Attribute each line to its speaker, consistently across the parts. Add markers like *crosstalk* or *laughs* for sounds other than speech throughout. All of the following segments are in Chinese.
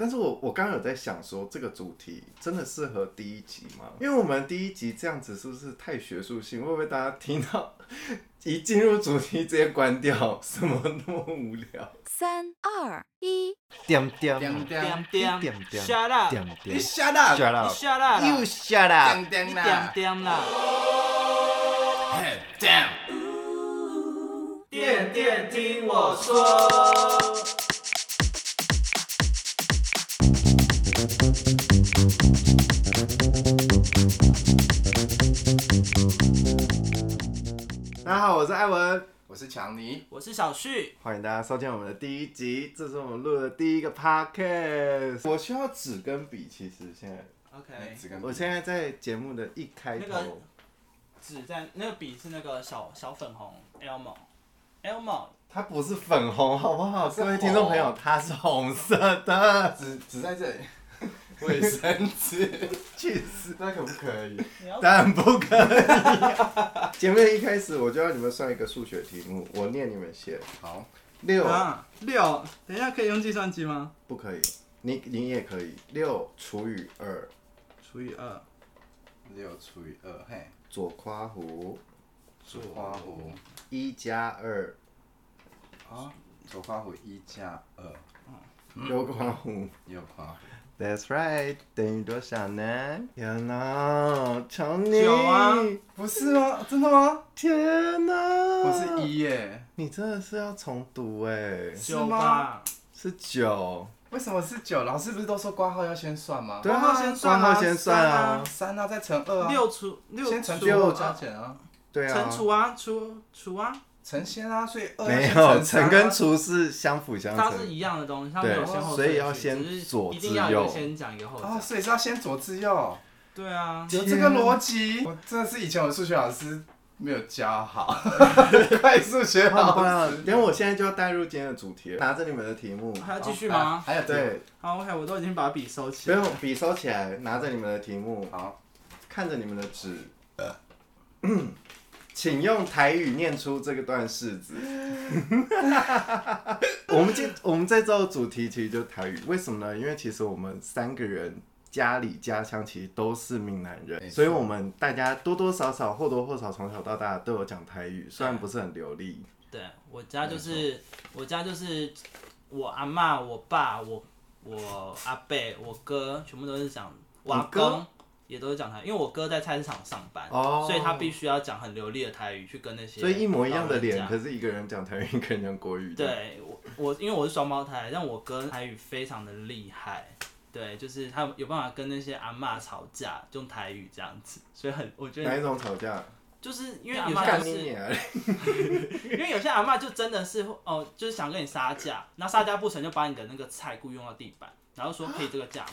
Speaker 1: 但是我我刚刚有在想说，这个主题真的适合第一集吗？因为我们第一集这样子是不是太学术性？会不会大家听到 *laughs* 一进入主题直接关掉？什么那么无聊？
Speaker 2: 三二一，
Speaker 3: 点点
Speaker 4: 点
Speaker 3: 点
Speaker 4: 点
Speaker 3: 点
Speaker 4: 点
Speaker 3: 点点
Speaker 4: Shut up
Speaker 3: 点
Speaker 1: 你
Speaker 3: 点
Speaker 1: shut up！
Speaker 3: ，shut up，
Speaker 4: 下啦啦，
Speaker 3: 又 shut up，
Speaker 4: 你点点啦，点点听我说。
Speaker 1: 大家好，我是艾文，
Speaker 5: 我是强尼，
Speaker 4: 我是小旭，
Speaker 1: 欢迎大家收听我们的第一集，这是我们录的第一个 podcast。我需要纸跟笔，其实现在，
Speaker 4: OK，
Speaker 5: 只跟
Speaker 1: 我现在在节目的一开
Speaker 4: 那个
Speaker 1: 头，
Speaker 4: 纸在那个笔是那个小小粉红 Elmo，Elmo
Speaker 1: 它不是粉红， *laughs* 好不好？各位听众朋友，它是红色的，
Speaker 5: 只
Speaker 1: *laughs*
Speaker 5: 只在 *laughs* 这里，卫生纸，
Speaker 1: 去死！
Speaker 5: 那可不可以？
Speaker 4: 你要
Speaker 1: 当然不可以、 *laughs* 前面一开始我就要你们算一个数学题目，我念你们写
Speaker 5: 好，
Speaker 1: 六、
Speaker 4: 啊六，等一下可以用计算机吗？
Speaker 1: 不可以，你你也可以六除以二
Speaker 4: 除以二，
Speaker 5: 六除以二，嘿，
Speaker 1: 左夸弧
Speaker 5: 左花湖
Speaker 1: 一加二
Speaker 5: 啊，左花湖一加二，
Speaker 1: 右夸弧。
Speaker 5: 右花湖
Speaker 1: That's right，等于多少呢？天哪，瞧你！
Speaker 4: 九啊
Speaker 5: 不是吗？真的吗？
Speaker 1: 天哪！
Speaker 5: 我
Speaker 1: 我
Speaker 5: 是，一耶，
Speaker 1: 你真的是要重读哎，
Speaker 5: 是
Speaker 4: 九吧
Speaker 5: 吗？
Speaker 1: 是九。
Speaker 5: 为什么是九？老师不是都说挂号要先算吗？
Speaker 1: 对
Speaker 4: 括
Speaker 1: 啊
Speaker 4: 号先算啊
Speaker 1: 括号先算啊，
Speaker 5: 三啊，再乘二啊，
Speaker 4: 六除六
Speaker 5: 先乘
Speaker 4: 除
Speaker 5: 除后
Speaker 4: 啊
Speaker 5: 加减啊，
Speaker 1: 对啊。
Speaker 4: 乘除啊，除除啊，
Speaker 5: 乘先啊，所以二
Speaker 1: 没有，
Speaker 5: 要先三啊
Speaker 1: 乘跟除是相辅相
Speaker 4: 它是
Speaker 1: 成。
Speaker 4: 一样的东西，它没有先后顺序
Speaker 1: 对所以要先
Speaker 4: 只是
Speaker 1: 左
Speaker 4: 一
Speaker 1: 至
Speaker 4: 定要有
Speaker 1: 右
Speaker 4: 一个先讲一个后
Speaker 5: 啊，
Speaker 4: 讲。
Speaker 5: 所以是要先左至右，
Speaker 4: 对啊，
Speaker 5: 有这个逻辑，我真的是以前我数学老师没有教 *laughs* 好，快数学
Speaker 1: 好
Speaker 5: 老
Speaker 1: 吧
Speaker 5: 师。，
Speaker 1: 因为我现在就要带入今天的主题了，拿着你们的题目，
Speaker 4: 还要继续吗？
Speaker 5: 还有对，
Speaker 1: 对，
Speaker 4: 好，OK，我都已经把笔收起
Speaker 1: 不
Speaker 4: 来
Speaker 1: 用
Speaker 4: 了。
Speaker 1: 笔收起来，拿着你们的题目，
Speaker 5: 好，
Speaker 1: 看着你们的纸，
Speaker 4: 呃
Speaker 1: *clears throat* 请用台语念出这个段式
Speaker 4: *laughs*
Speaker 1: 子。我们今我们这周的主题其实就是台语，为什么呢？因为其实我们三个人家里家乡其实都是闽南
Speaker 5: 没
Speaker 1: 人，
Speaker 5: 错
Speaker 1: 所以我们大家多多少少或多或少从小到大都有讲台语，虽然不是很流利。
Speaker 4: 对我家就是我家就是我阿妈、我爸、我我阿伯、我哥，全部都是讲我阿公。也都是讲台语，因为我哥在菜市场上班
Speaker 1: 哦
Speaker 4: 所以他必须要讲很流利的台语去跟那些
Speaker 1: 所以一模一样的
Speaker 4: 老
Speaker 1: 脸，
Speaker 4: 人家
Speaker 1: 可是一个人讲台语，一个人讲国语。，
Speaker 4: 对我，我因为我是双胞胎，但我哥台语非常的厉害，对，就是他有办法跟那些阿嬷吵架，用台语这样子，所以很，我觉
Speaker 1: 哪
Speaker 4: 得
Speaker 1: 一种吵架？
Speaker 4: 就是因为有些
Speaker 1: 干
Speaker 4: 就
Speaker 1: 你
Speaker 4: 是，
Speaker 1: 娘！啊
Speaker 4: 因为有些阿嬷就真的是哦，就是想跟你杀价，那杀价不成就把你的那个菜故意用到地板，然后说可以这个价吗？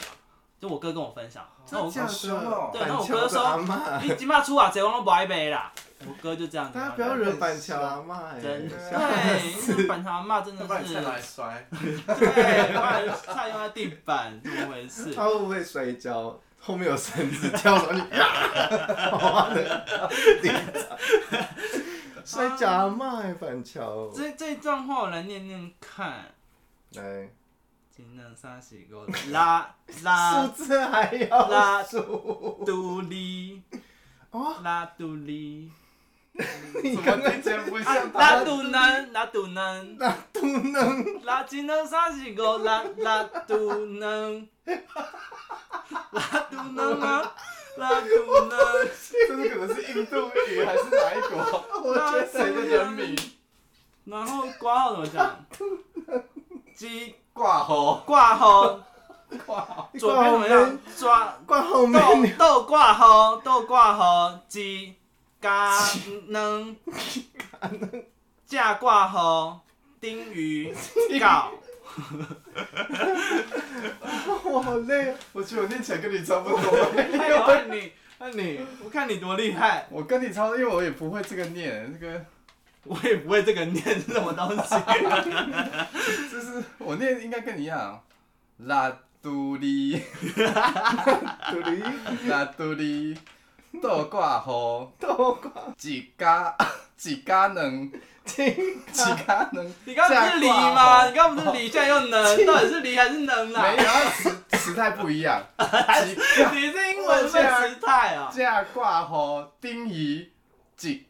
Speaker 4: 就我哥跟我分享，那我
Speaker 5: 这样凶哦
Speaker 4: 对那我哥
Speaker 1: 板桥的阿
Speaker 4: 说
Speaker 1: 嬷
Speaker 4: 你今嘛出啊，这我都不爱买啦，我哥就这样子，
Speaker 1: 大家不要惹板桥阿嬷哎、
Speaker 4: 真
Speaker 1: 的
Speaker 4: 的，
Speaker 1: 吓
Speaker 4: 对，因为板桥阿嬷真的
Speaker 5: 要不然你
Speaker 4: 是
Speaker 5: 再，来摔， *laughs*
Speaker 4: 对，把你菜用在地板，怎么回事？
Speaker 1: 他会不会摔跤？后面有绳子跳上去，哇的，摔跤阿嬷哎、板桥，
Speaker 4: 这这一段话我来念念看，
Speaker 1: 来
Speaker 4: 今能三十个拉拉
Speaker 1: 数字还要
Speaker 4: 拉
Speaker 1: 数，
Speaker 4: 杜里，
Speaker 1: 哦
Speaker 4: 拉杜里，
Speaker 1: 你
Speaker 5: 怎么
Speaker 1: 刚
Speaker 5: 听
Speaker 1: 刚
Speaker 5: 起来不像他？
Speaker 4: 拉杜能，拉杜能，
Speaker 1: 那都能
Speaker 4: 拉今能三十个拉拉杜能，拉杜能啊，拉杜能，
Speaker 5: 这是可能是印度语还是哪一 *laughs* 国？
Speaker 1: 我觉得
Speaker 5: 谁的人名？
Speaker 4: 然后挂号怎么讲？鸡
Speaker 5: 挂猴，
Speaker 4: 挂号，左边怎么样？抓
Speaker 1: 挂后面，
Speaker 4: 豆豆挂号，豆挂号，鸡嘎能，架挂号，丁
Speaker 1: *laughs*
Speaker 4: 鱼搞，
Speaker 1: 我好累啊，
Speaker 5: 我觉得我念起来跟你差不 *laughs* 多。
Speaker 4: *laughs* 哎呦，看你，看你，我看你多厉害，
Speaker 5: 我跟你差不多，因为我也不会这个念，这个
Speaker 4: 我也不会这个念是什么东西，
Speaker 5: 就是我念应该跟你一样，拉杜里，
Speaker 1: 独立
Speaker 5: 拉杜里，豆挂猴，
Speaker 1: 都挂
Speaker 5: 几嘎几家能几家能，
Speaker 4: 你刚刚不是离
Speaker 5: 架挂
Speaker 4: 吗？
Speaker 5: 哦
Speaker 4: 你刚刚不是离，现在又能，到底是离还是能啊？
Speaker 5: 没有，它时时态不一样，几家
Speaker 4: 你是英文被时态啊？
Speaker 5: 架挂吼丁仪几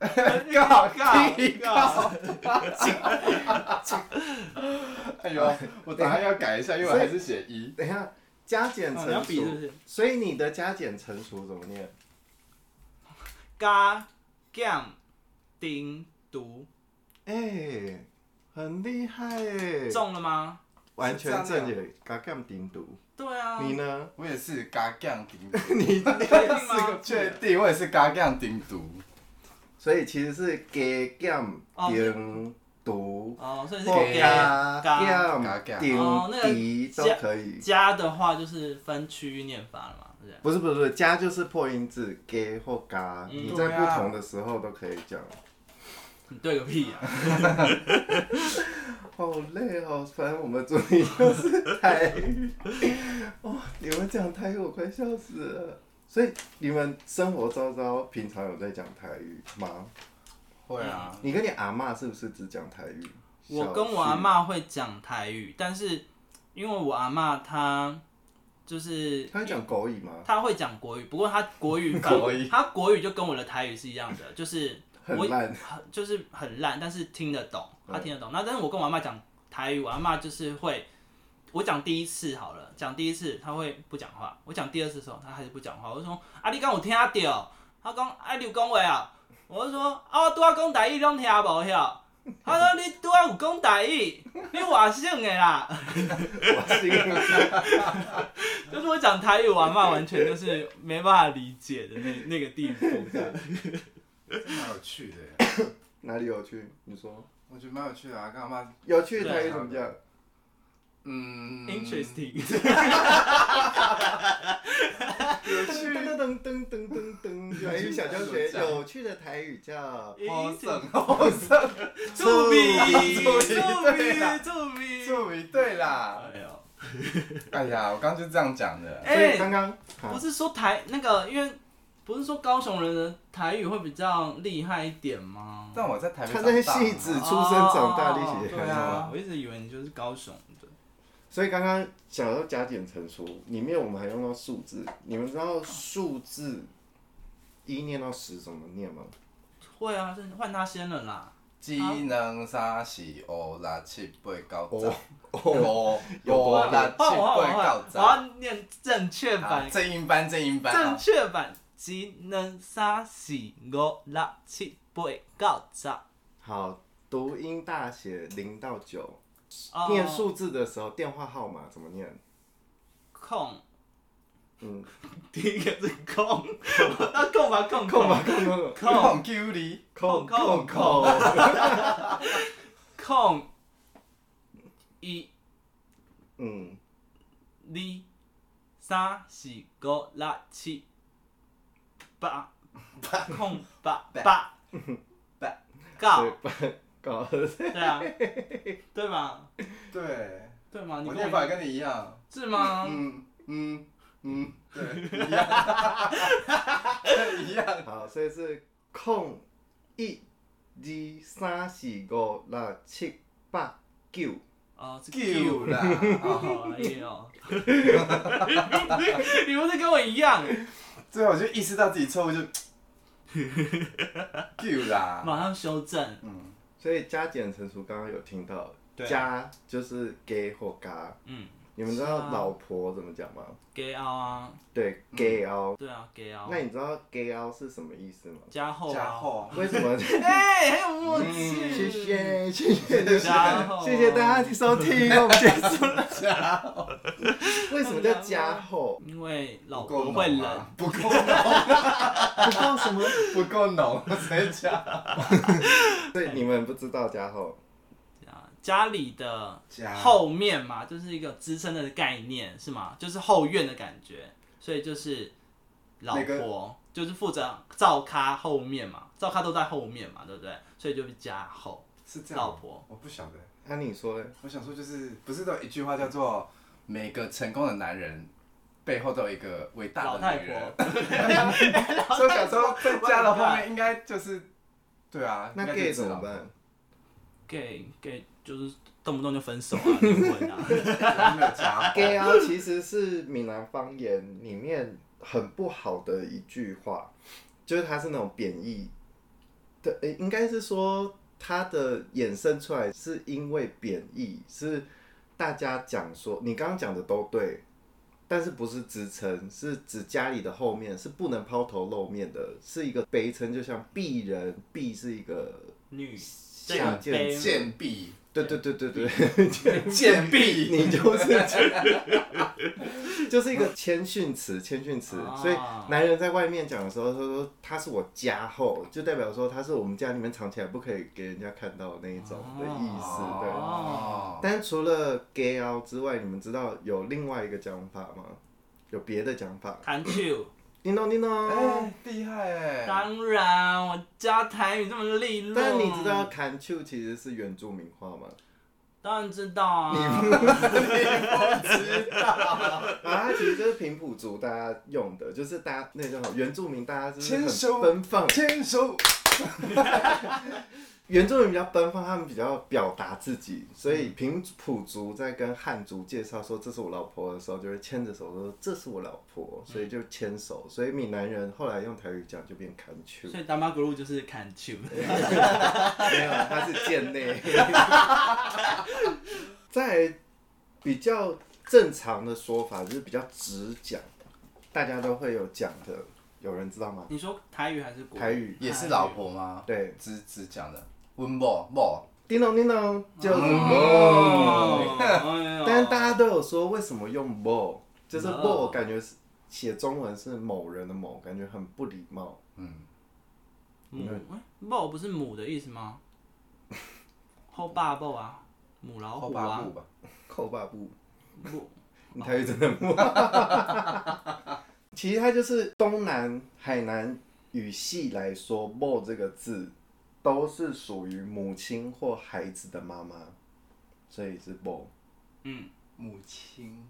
Speaker 4: 哎告
Speaker 5: 丁仪告
Speaker 4: 告！，
Speaker 5: 哎呦，我答案要改一下，因为我还是写一，
Speaker 1: 等一下，加减
Speaker 4: 哦你要
Speaker 1: 乘
Speaker 4: 比是不
Speaker 1: 除，
Speaker 4: 是？
Speaker 1: 所以你的加减乘除怎么念？
Speaker 4: 嘎 gam 叮读
Speaker 1: 哎、很厉害哎，
Speaker 4: 中了吗？
Speaker 1: 完全
Speaker 5: 是这样
Speaker 1: 正也嘎干顶读。
Speaker 4: 对啊，
Speaker 1: 你呢？ *laughs*
Speaker 5: 我也是嘎杠顶，
Speaker 1: 你
Speaker 4: 你确定吗？
Speaker 5: 确定我也是嘎杠顶读，
Speaker 1: 所以其实是给干
Speaker 4: 哦
Speaker 1: 顶读，
Speaker 4: 哦，所以是
Speaker 1: 或
Speaker 4: 给
Speaker 5: 给
Speaker 1: 嘎
Speaker 4: 嘎
Speaker 1: 干
Speaker 5: 嘎
Speaker 4: 哦
Speaker 1: 顶
Speaker 4: 那个
Speaker 1: 迪都
Speaker 4: 加
Speaker 1: 可以。
Speaker 4: 加的话，就是分区域念法了嘛，对不对？
Speaker 1: 不是不是不是，加就是破音字，给或嘎，
Speaker 4: 嗯
Speaker 1: 你在
Speaker 5: 对啊
Speaker 1: 不同的时候都可以讲。
Speaker 4: 你对个屁啊！
Speaker 1: 好累哦，反正我们主题就是台语。 *laughs* 哇、你们讲台语我快笑死了。所以你们生活周遭平常有在讲台语吗？
Speaker 5: 会啊，
Speaker 1: 你跟你阿嬷是不是只讲台语？
Speaker 4: 我跟我阿
Speaker 1: 妈，
Speaker 4: 嬷会讲台语，但是因为我阿嬷她就是
Speaker 1: 她会讲国语吗？
Speaker 4: 她会讲国语，不过她国
Speaker 1: *laughs*
Speaker 4: 语
Speaker 5: 国语
Speaker 4: 她国语就跟我的台语是一样的，就是我
Speaker 1: 很烂，
Speaker 4: 很就是很烂，但是听得懂，她
Speaker 1: 嗯
Speaker 4: 听得懂。那但是我跟我阿嬷讲台语，我阿嬷就是会，我讲第一次好了，讲第一次她会不讲话，我讲第二次的时候她还是不讲话，我就说啊你讲有听到，她讲啊你有讲话啊，我就说啊我拄啊讲台语你拢听无晓，她说你拄啊有讲台语，你外省的啦， *laughs*
Speaker 1: 我是一个
Speaker 4: 就是我讲台语，我阿嬷完全就是没办法理解的那那个地步，这样
Speaker 5: 蛮有趣的，
Speaker 1: 哪里有趣？你说
Speaker 5: 我觉得蛮有趣的啊，干嘛？
Speaker 1: 有趣的台语怎么讲？
Speaker 5: 嗯
Speaker 4: interesting。
Speaker 5: 有趣
Speaker 1: 噔噔噔噔噔噔，有趣小教学有趣的台语叫
Speaker 5: 好
Speaker 4: 色
Speaker 5: 省好省，
Speaker 4: 助笔，助
Speaker 5: 助对
Speaker 4: 笔
Speaker 5: 啦，
Speaker 4: 助笔，
Speaker 5: 助理对啦。
Speaker 4: 哎呦，
Speaker 5: 哎呀，我刚就这样讲的。
Speaker 1: 所以
Speaker 4: 哎，
Speaker 1: 刚刚
Speaker 4: 不是说台那个，因为不是说高雄人的台语会比较厉害一点吗？
Speaker 5: 但我在台北
Speaker 1: 他
Speaker 5: 长
Speaker 1: 在
Speaker 5: 大
Speaker 1: 戏
Speaker 5: 嘛
Speaker 1: 子出生长大
Speaker 4: 哦
Speaker 1: 历史，
Speaker 5: 对啊
Speaker 4: 我一直以为你就是高雄的，
Speaker 1: 所以刚刚讲到加减乘除里面，我们还用到数字。你们知道数字一念到十怎么念吗？
Speaker 4: 会啊，真的换他先了啦。
Speaker 5: 技能三四五六七八九十
Speaker 1: 哦，
Speaker 5: 哦，
Speaker 1: 有多
Speaker 5: 五
Speaker 1: 啦
Speaker 5: 六
Speaker 1: 难
Speaker 5: 七
Speaker 4: 换我换我
Speaker 5: 八
Speaker 4: 换我，我
Speaker 5: 九
Speaker 4: 要念正确
Speaker 5: 十。好
Speaker 4: 版，
Speaker 5: 正音班，正音班。
Speaker 4: 正
Speaker 5: 好
Speaker 4: 确版。技能三四五六七八九十。
Speaker 1: 好，读音大写零到九、
Speaker 4: 哦
Speaker 1: 念数字的时候，电话号码怎么念？
Speaker 4: 空，
Speaker 1: 嗯，
Speaker 4: 第一个是空，那空吧空
Speaker 1: 空吧，空空
Speaker 5: 控 Q 你，
Speaker 1: 空空
Speaker 4: 空
Speaker 1: 空。
Speaker 4: 空一
Speaker 1: 嗯，
Speaker 4: 二三四五六七八空八八
Speaker 5: 八
Speaker 1: 对
Speaker 4: 告，
Speaker 1: 不搞得
Speaker 4: 对啊，对吧？
Speaker 5: 对，
Speaker 4: 对吗？你
Speaker 5: 我
Speaker 4: 跟
Speaker 5: 念法
Speaker 4: 我
Speaker 5: 跟你一样。
Speaker 4: 是吗？
Speaker 5: 嗯嗯嗯，对，一样，对一样。
Speaker 1: 好，所以是空一、二、三、四、五、六、七、八、九。
Speaker 4: 哦，是 Q
Speaker 5: Q 啦，哦
Speaker 4: 哦，哎
Speaker 1: *laughs*
Speaker 4: *laughs* 呦，你不是跟我一样，
Speaker 5: 最后我就意识到自己错误，就 Q 啦。
Speaker 4: 马上修正。
Speaker 5: 嗯，
Speaker 1: 所以加减乘除刚刚有听到，
Speaker 4: 对
Speaker 1: 加就是给或嘎。
Speaker 4: 嗯，
Speaker 1: 你们知
Speaker 4: 是
Speaker 1: 道
Speaker 4: 啊
Speaker 1: 老婆怎么讲吗？
Speaker 4: 给凹啊，
Speaker 1: 对，
Speaker 5: 嗯
Speaker 1: 给凹。
Speaker 4: 对啊，给凹
Speaker 1: 那，你知道给凹是什么意思
Speaker 5: *laughs*
Speaker 1: 吗？
Speaker 4: 加厚
Speaker 5: 加
Speaker 4: 啊。
Speaker 5: 厚。
Speaker 1: 为什么？
Speaker 5: *laughs*
Speaker 4: 哎，很有默
Speaker 5: 嗯
Speaker 4: 契。
Speaker 1: 谢谢谢谢
Speaker 4: 加
Speaker 5: 哦
Speaker 4: 厚啊
Speaker 1: 谢谢大家的收听，我们结束了。
Speaker 5: *laughs* 哦
Speaker 1: 为什么叫加厚？
Speaker 4: 因为老
Speaker 5: 不够
Speaker 4: 婆会
Speaker 5: 浓
Speaker 4: 冷
Speaker 5: 啊，，不够浓，
Speaker 1: 不知道什么？
Speaker 5: 不够浓，谁讲？
Speaker 1: 对，你们不知道加厚。
Speaker 4: 啊家里的
Speaker 5: 加
Speaker 4: 后面嘛，就是一个支撑的概念是吗？就是后院的感觉，所以就是老
Speaker 5: 那个
Speaker 4: 婆就是负责照咖后面嘛，照咖都在后面嘛，对不对？所以就是家后
Speaker 5: 是这样
Speaker 4: 老
Speaker 5: 吗，
Speaker 4: 婆，
Speaker 5: 我不晓得。
Speaker 1: 那你说嘞？
Speaker 5: 我想说，就是不是都有一句话叫做“每个成功的男人背后都有一个伟大
Speaker 4: 老
Speaker 5: 的
Speaker 4: 太
Speaker 5: 女人
Speaker 4: 婆，”，
Speaker 5: 所以我想说，在家的后面应该就是对啊，
Speaker 1: 那
Speaker 5: 应该就
Speaker 1: gay
Speaker 5: 知
Speaker 1: 怎
Speaker 5: 道
Speaker 1: 么办？
Speaker 4: gay gay 就是动不动就分手啊，离婚啊，
Speaker 5: 就是没有加好
Speaker 1: gay 啊，其实是闽南方言里面很不好的一句话，就是它是那种贬义的，诶、应该是说它的衍生出来是因为贬义，是大家讲说你刚刚讲的都对，但是不是职称，是指家里的后面是不能抛头露面的，是一个卑称，就像鄙人，鄙是一个
Speaker 4: 女
Speaker 1: 下
Speaker 4: 这个
Speaker 1: 贱
Speaker 5: *laughs*
Speaker 4: 卑
Speaker 5: 贱婢，
Speaker 1: 对对对对对。
Speaker 5: 贱婢，
Speaker 1: 你就是， *laughs* 就是一个谦逊词，谦逊词。
Speaker 4: 啊
Speaker 1: 所以男人在外面讲的时候，他说他是我家后，就代表说他是我们家里面藏起来不可以给人家看到的那一种的意思。对。
Speaker 5: 哦，
Speaker 1: 但除了 gay out 之外，你们知道有另外一个讲法吗？有别的讲法？
Speaker 4: 韩剧，
Speaker 1: 叮咚叮咚。
Speaker 5: 哎，厉害哎，
Speaker 4: 当然我教台语这么利落，
Speaker 1: 但你知道 can t o 其实是原住民话吗？
Speaker 4: 当然知道啊，
Speaker 1: 啊，它其实就是平埔族大家用的，就是大家那个叫什么原住民，大家就是
Speaker 5: 牵手
Speaker 1: 很奔放，
Speaker 5: 牵 *laughs* 手，
Speaker 1: 原住民比较奔放，他们比较表达自己，所以平埔族在跟汉族介绍说这是我老婆的时候，就会牵着手说这是我老婆，所以就牵手。所以闽南人后来用台语讲就变砍丘，
Speaker 4: *laughs* 所以 Dama Guru 就是韩剧，
Speaker 1: 没有，他是贱内。在比较正常的说法，就是比较直讲，大家都会有讲的，有人知道吗？
Speaker 4: *laughs* 你说台语还是国
Speaker 1: 台？语
Speaker 5: 也是老婆吗？
Speaker 1: 对，
Speaker 5: 只只讲的温某某，
Speaker 1: 叮咚叮咚，就是哦
Speaker 4: 哦，哎呦
Speaker 1: *laughs* 但是大家都有说为什么用某，就是
Speaker 4: 哦
Speaker 1: 某感觉是写中文是某人的某，感觉很不礼貌。
Speaker 5: 嗯，
Speaker 1: 嗯
Speaker 4: 母哎豹不是母的意思吗？后爸豹啊，母老
Speaker 5: 后
Speaker 4: 虎
Speaker 5: 八
Speaker 4: 啊
Speaker 5: 哦部，吧，
Speaker 1: 扣把布，
Speaker 4: 不
Speaker 1: 你台语真的不好。
Speaker 4: *laughs*
Speaker 1: 其实它就是东南海南语系来说，某这个字都是属于母亲或孩子的妈妈，所以是某。
Speaker 4: 嗯，
Speaker 5: 母亲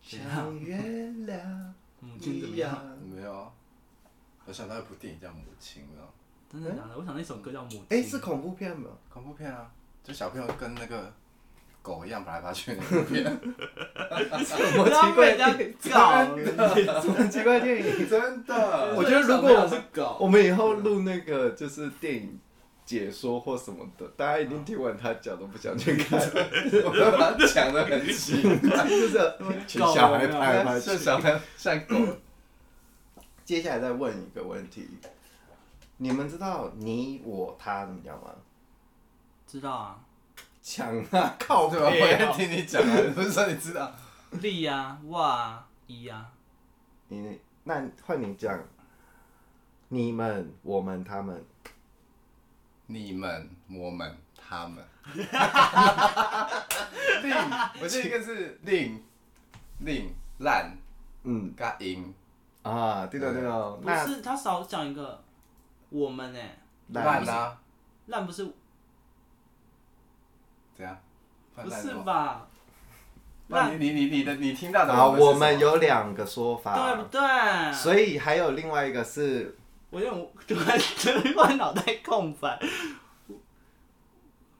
Speaker 1: 像月亮
Speaker 4: 啊母亲怎么
Speaker 1: 一
Speaker 4: 样？
Speaker 1: 样。
Speaker 5: 嗯没有，我想到一部电影叫《母亲》了，
Speaker 4: 真的假的？我想那首歌叫《母亲》。
Speaker 1: 哎、是恐怖片吗？
Speaker 5: 恐怖片啊，就小朋友跟那个狗一样爬来爬去的那部片，
Speaker 1: 什
Speaker 4: *laughs* 我
Speaker 1: 么
Speaker 4: 要
Speaker 1: 奇
Speaker 4: 被
Speaker 1: 怪
Speaker 4: 人
Speaker 1: 的 *laughs* 电 *laughs* 影？
Speaker 4: 家搞。
Speaker 1: 什么奇怪的电影？
Speaker 5: *laughs* 真的
Speaker 1: 我觉得如果我
Speaker 4: 是狗，
Speaker 1: 我们以后录那个就是电影解说或什么的，大家一定听完他讲都不想去看，
Speaker 5: 我要把它讲的很奇怪，
Speaker 1: 就是
Speaker 4: 请小孩拍
Speaker 1: 来拍去
Speaker 5: 就想要像
Speaker 4: *laughs*
Speaker 5: 狗，
Speaker 1: 接下来再问一个问题，你们知道你我他怎么讲吗？
Speaker 4: 知道啊，
Speaker 1: 抢啊，靠
Speaker 5: 对吧？
Speaker 4: 哎
Speaker 5: 我
Speaker 1: 背
Speaker 5: 也
Speaker 1: 啊！
Speaker 5: 听你讲啊，不是说你知道，
Speaker 4: 力啊，哇啊，一啊，
Speaker 1: 你那换你讲，你们、我们、他们，
Speaker 5: 你们、我们、他们。 *laughs* 令，我记得一个是令，令烂
Speaker 1: 嗯
Speaker 5: 加赢，
Speaker 1: 啊，对了对了，
Speaker 4: 不
Speaker 1: 那
Speaker 4: 是他少讲一个我们哎，
Speaker 5: 烂
Speaker 1: 啦，
Speaker 5: 啊，
Speaker 4: 烂不是
Speaker 5: 怎样？不
Speaker 4: 不是？吧？
Speaker 5: 那
Speaker 4: 烂
Speaker 5: 你你你你的你听到的
Speaker 1: 好，我
Speaker 5: 是
Speaker 1: 们
Speaker 5: 什么
Speaker 1: 有两个说
Speaker 4: 对啊不
Speaker 1: 法，
Speaker 4: 对？
Speaker 1: 啊所以还有另外一个是
Speaker 4: 我有点突然突然脑袋空白。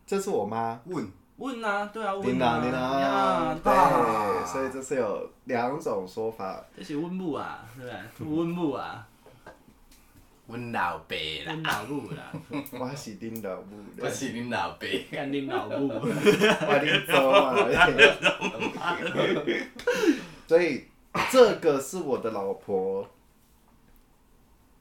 Speaker 1: 这是我妈，
Speaker 5: 问
Speaker 4: 问啊，对啊，
Speaker 1: 琳
Speaker 4: 问
Speaker 1: 达，
Speaker 4: 啊，
Speaker 1: 琳达
Speaker 4: 呀，，
Speaker 5: 啊
Speaker 1: 对，所以这是有两种说法。
Speaker 4: 这是温布啊，对不对？温布啊，
Speaker 5: 问老伯啦，
Speaker 4: 温老布啦，
Speaker 1: 我是叮当不
Speaker 5: 不
Speaker 1: 的，
Speaker 5: 嗯是你老伯，
Speaker 4: 干定老
Speaker 1: *laughs*
Speaker 4: 布，
Speaker 1: 我叮走嘛。所以这个是我的老婆，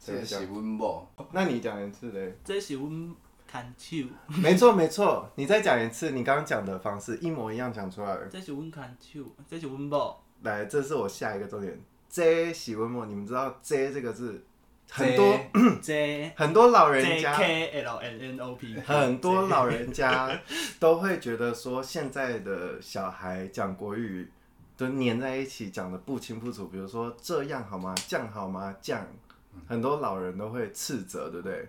Speaker 5: 这个是问某，
Speaker 1: 那你讲一次嘞？
Speaker 4: 这是温砍手，
Speaker 1: 没错没错，你再讲一次你刚刚讲的方式，一模一样讲出来。
Speaker 4: 这是温砍手，这是温布，
Speaker 1: 来，这是我下一个重点。J 喜文墨，你们知道 J 这个字，很多
Speaker 4: J
Speaker 1: 很多老人
Speaker 4: J
Speaker 1: 家
Speaker 4: K L N N O P，
Speaker 1: 很多老人家都会觉得说，现在的小孩讲国语都黏在一起，讲的不清不楚。比如说这样好吗？这样好吗？这样，很多老人都会斥责，对不对？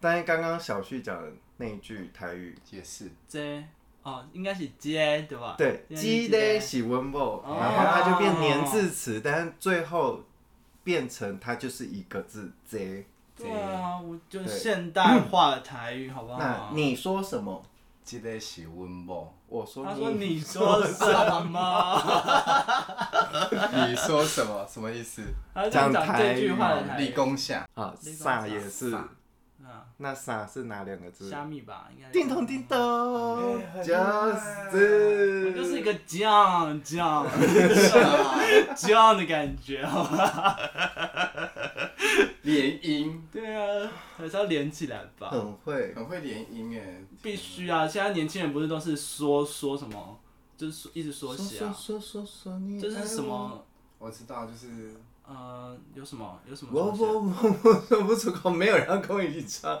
Speaker 1: 但是刚刚小旭讲的那一句台语，
Speaker 5: 解释
Speaker 4: J 哦，应该是 J 对吧？
Speaker 1: 对，鸡嘞喜温饱，然后它就变黏字词，但是最后变成它就是一个字 “j”。
Speaker 4: 对啊，我就
Speaker 1: 对
Speaker 4: 现代化的台语，好不
Speaker 1: 那
Speaker 4: 好？
Speaker 1: 你说什么？
Speaker 5: 这个是温某，
Speaker 1: 我说
Speaker 4: 他说你说什么？
Speaker 5: *laughs* 你说什么？什么意思？
Speaker 4: 他就讲
Speaker 1: 讲台
Speaker 4: 这
Speaker 1: 语
Speaker 4: 句话的台
Speaker 5: 立
Speaker 4: 语。
Speaker 5: 功下，
Speaker 1: 啊，
Speaker 4: 那个
Speaker 1: 傻
Speaker 4: 啥
Speaker 1: 也是。
Speaker 5: 傻
Speaker 4: 嗯，
Speaker 1: 那傻是哪两个字？
Speaker 4: 虾米吧，应该。
Speaker 1: 叮咚叮。咚
Speaker 5: 哎很厉害
Speaker 1: ，Just
Speaker 4: 我就是一个酱
Speaker 1: *laughs*
Speaker 4: 酱酱的感觉， *laughs* 好吧？
Speaker 5: 联姻，
Speaker 4: 对啊，还是要连起来吧。
Speaker 1: 很会。
Speaker 5: 很会联姻哎，
Speaker 4: 必须啊！现在年轻人不是都是说说什么，就是说一直缩写啊，
Speaker 1: 说说说你
Speaker 4: 就是什么
Speaker 5: 我知道，就是 *laughs*
Speaker 4: 呃，有什么有什么
Speaker 1: 哎我
Speaker 4: 缩写
Speaker 1: 我
Speaker 4: 啊？
Speaker 1: 我我说不出口，没有人要跟我一起唱。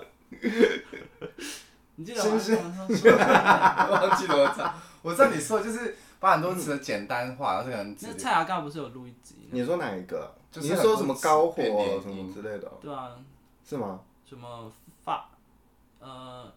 Speaker 4: 你记得吗？
Speaker 5: 是
Speaker 4: 不 *laughs* 是？
Speaker 5: 忘记了我操！我知道你说的就是把很多词的简单化，然后可能直
Speaker 4: 那
Speaker 5: 接
Speaker 4: 蔡雅刚不是有录一集？
Speaker 1: 你说哪一个？
Speaker 5: 就是
Speaker 1: 你是说什么高火
Speaker 5: 很多词
Speaker 1: 什么之类的，
Speaker 4: 对啊，
Speaker 1: 是吗？
Speaker 4: 什么发呃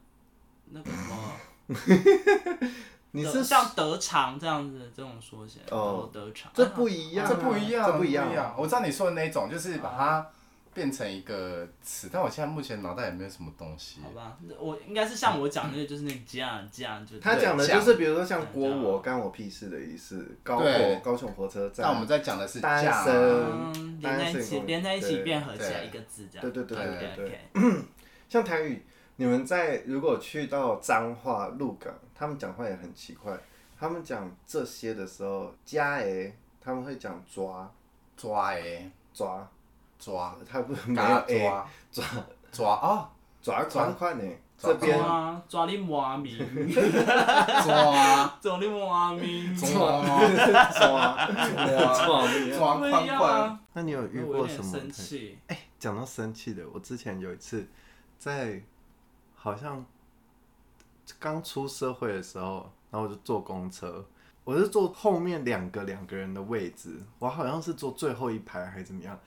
Speaker 4: 那个什么，
Speaker 1: 你
Speaker 4: 德
Speaker 1: 是哦
Speaker 4: 像德长这样子的这种缩写，然后德长，哎
Speaker 1: 这不一样啊，
Speaker 5: 这不一样，
Speaker 1: 这不一样啊。
Speaker 5: 样。我知道你说的那一种，就是把它变成一个词，但我现在目前脑袋也没有什么东西
Speaker 4: 好。吧？我应该是像我讲那个，就是那个酱酱，就是
Speaker 1: 他
Speaker 5: 对
Speaker 1: 讲的就
Speaker 5: 讲
Speaker 1: 是，比如说像
Speaker 4: 对
Speaker 1: 锅
Speaker 4: 讲
Speaker 1: 我干我屁事的意思，高
Speaker 5: 对
Speaker 1: 火高雄火车站。
Speaker 5: 但我们在讲的是
Speaker 1: 单
Speaker 5: 架
Speaker 1: 身
Speaker 5: 啊，
Speaker 4: 嗯
Speaker 1: 呃单
Speaker 4: 连在一
Speaker 1: 身
Speaker 4: 起，
Speaker 1: 公寓
Speaker 4: 连在一起
Speaker 1: 对
Speaker 4: 变合起来
Speaker 5: 对
Speaker 4: 一个字这样。
Speaker 1: 对对对
Speaker 5: 对
Speaker 4: 对
Speaker 1: 对
Speaker 4: 对。
Speaker 1: 像台语，你们在如果去到彰化鹿港，他们讲话也很奇怪。他们讲这些的时候，加诶，他们会讲抓
Speaker 5: 抓诶，
Speaker 1: 抓，
Speaker 5: 抓，
Speaker 1: 他不没有
Speaker 5: 嘎
Speaker 1: 诶，
Speaker 5: 抓
Speaker 1: 抓
Speaker 5: 抓
Speaker 1: *laughs*
Speaker 5: 啊，
Speaker 1: 抓款款诶，
Speaker 5: 抓
Speaker 1: 这边
Speaker 4: 抓抓你妈
Speaker 1: *laughs*
Speaker 4: 咪，
Speaker 5: 抓
Speaker 4: 抓你妈咪，
Speaker 5: 抓
Speaker 1: 抓抓你啊。
Speaker 5: 抓
Speaker 4: 不一
Speaker 5: 框
Speaker 4: 样
Speaker 5: 框。
Speaker 4: 啊。
Speaker 1: 那你有遇
Speaker 4: 那我有
Speaker 1: 过什
Speaker 4: 点
Speaker 1: 么？
Speaker 4: 生气，
Speaker 1: 讲到生气的，我之前有一次在好像刚出社会的时候，然后我就坐公车，我是坐后面两个两个人的位置，我好像是坐最后一排还是怎么样，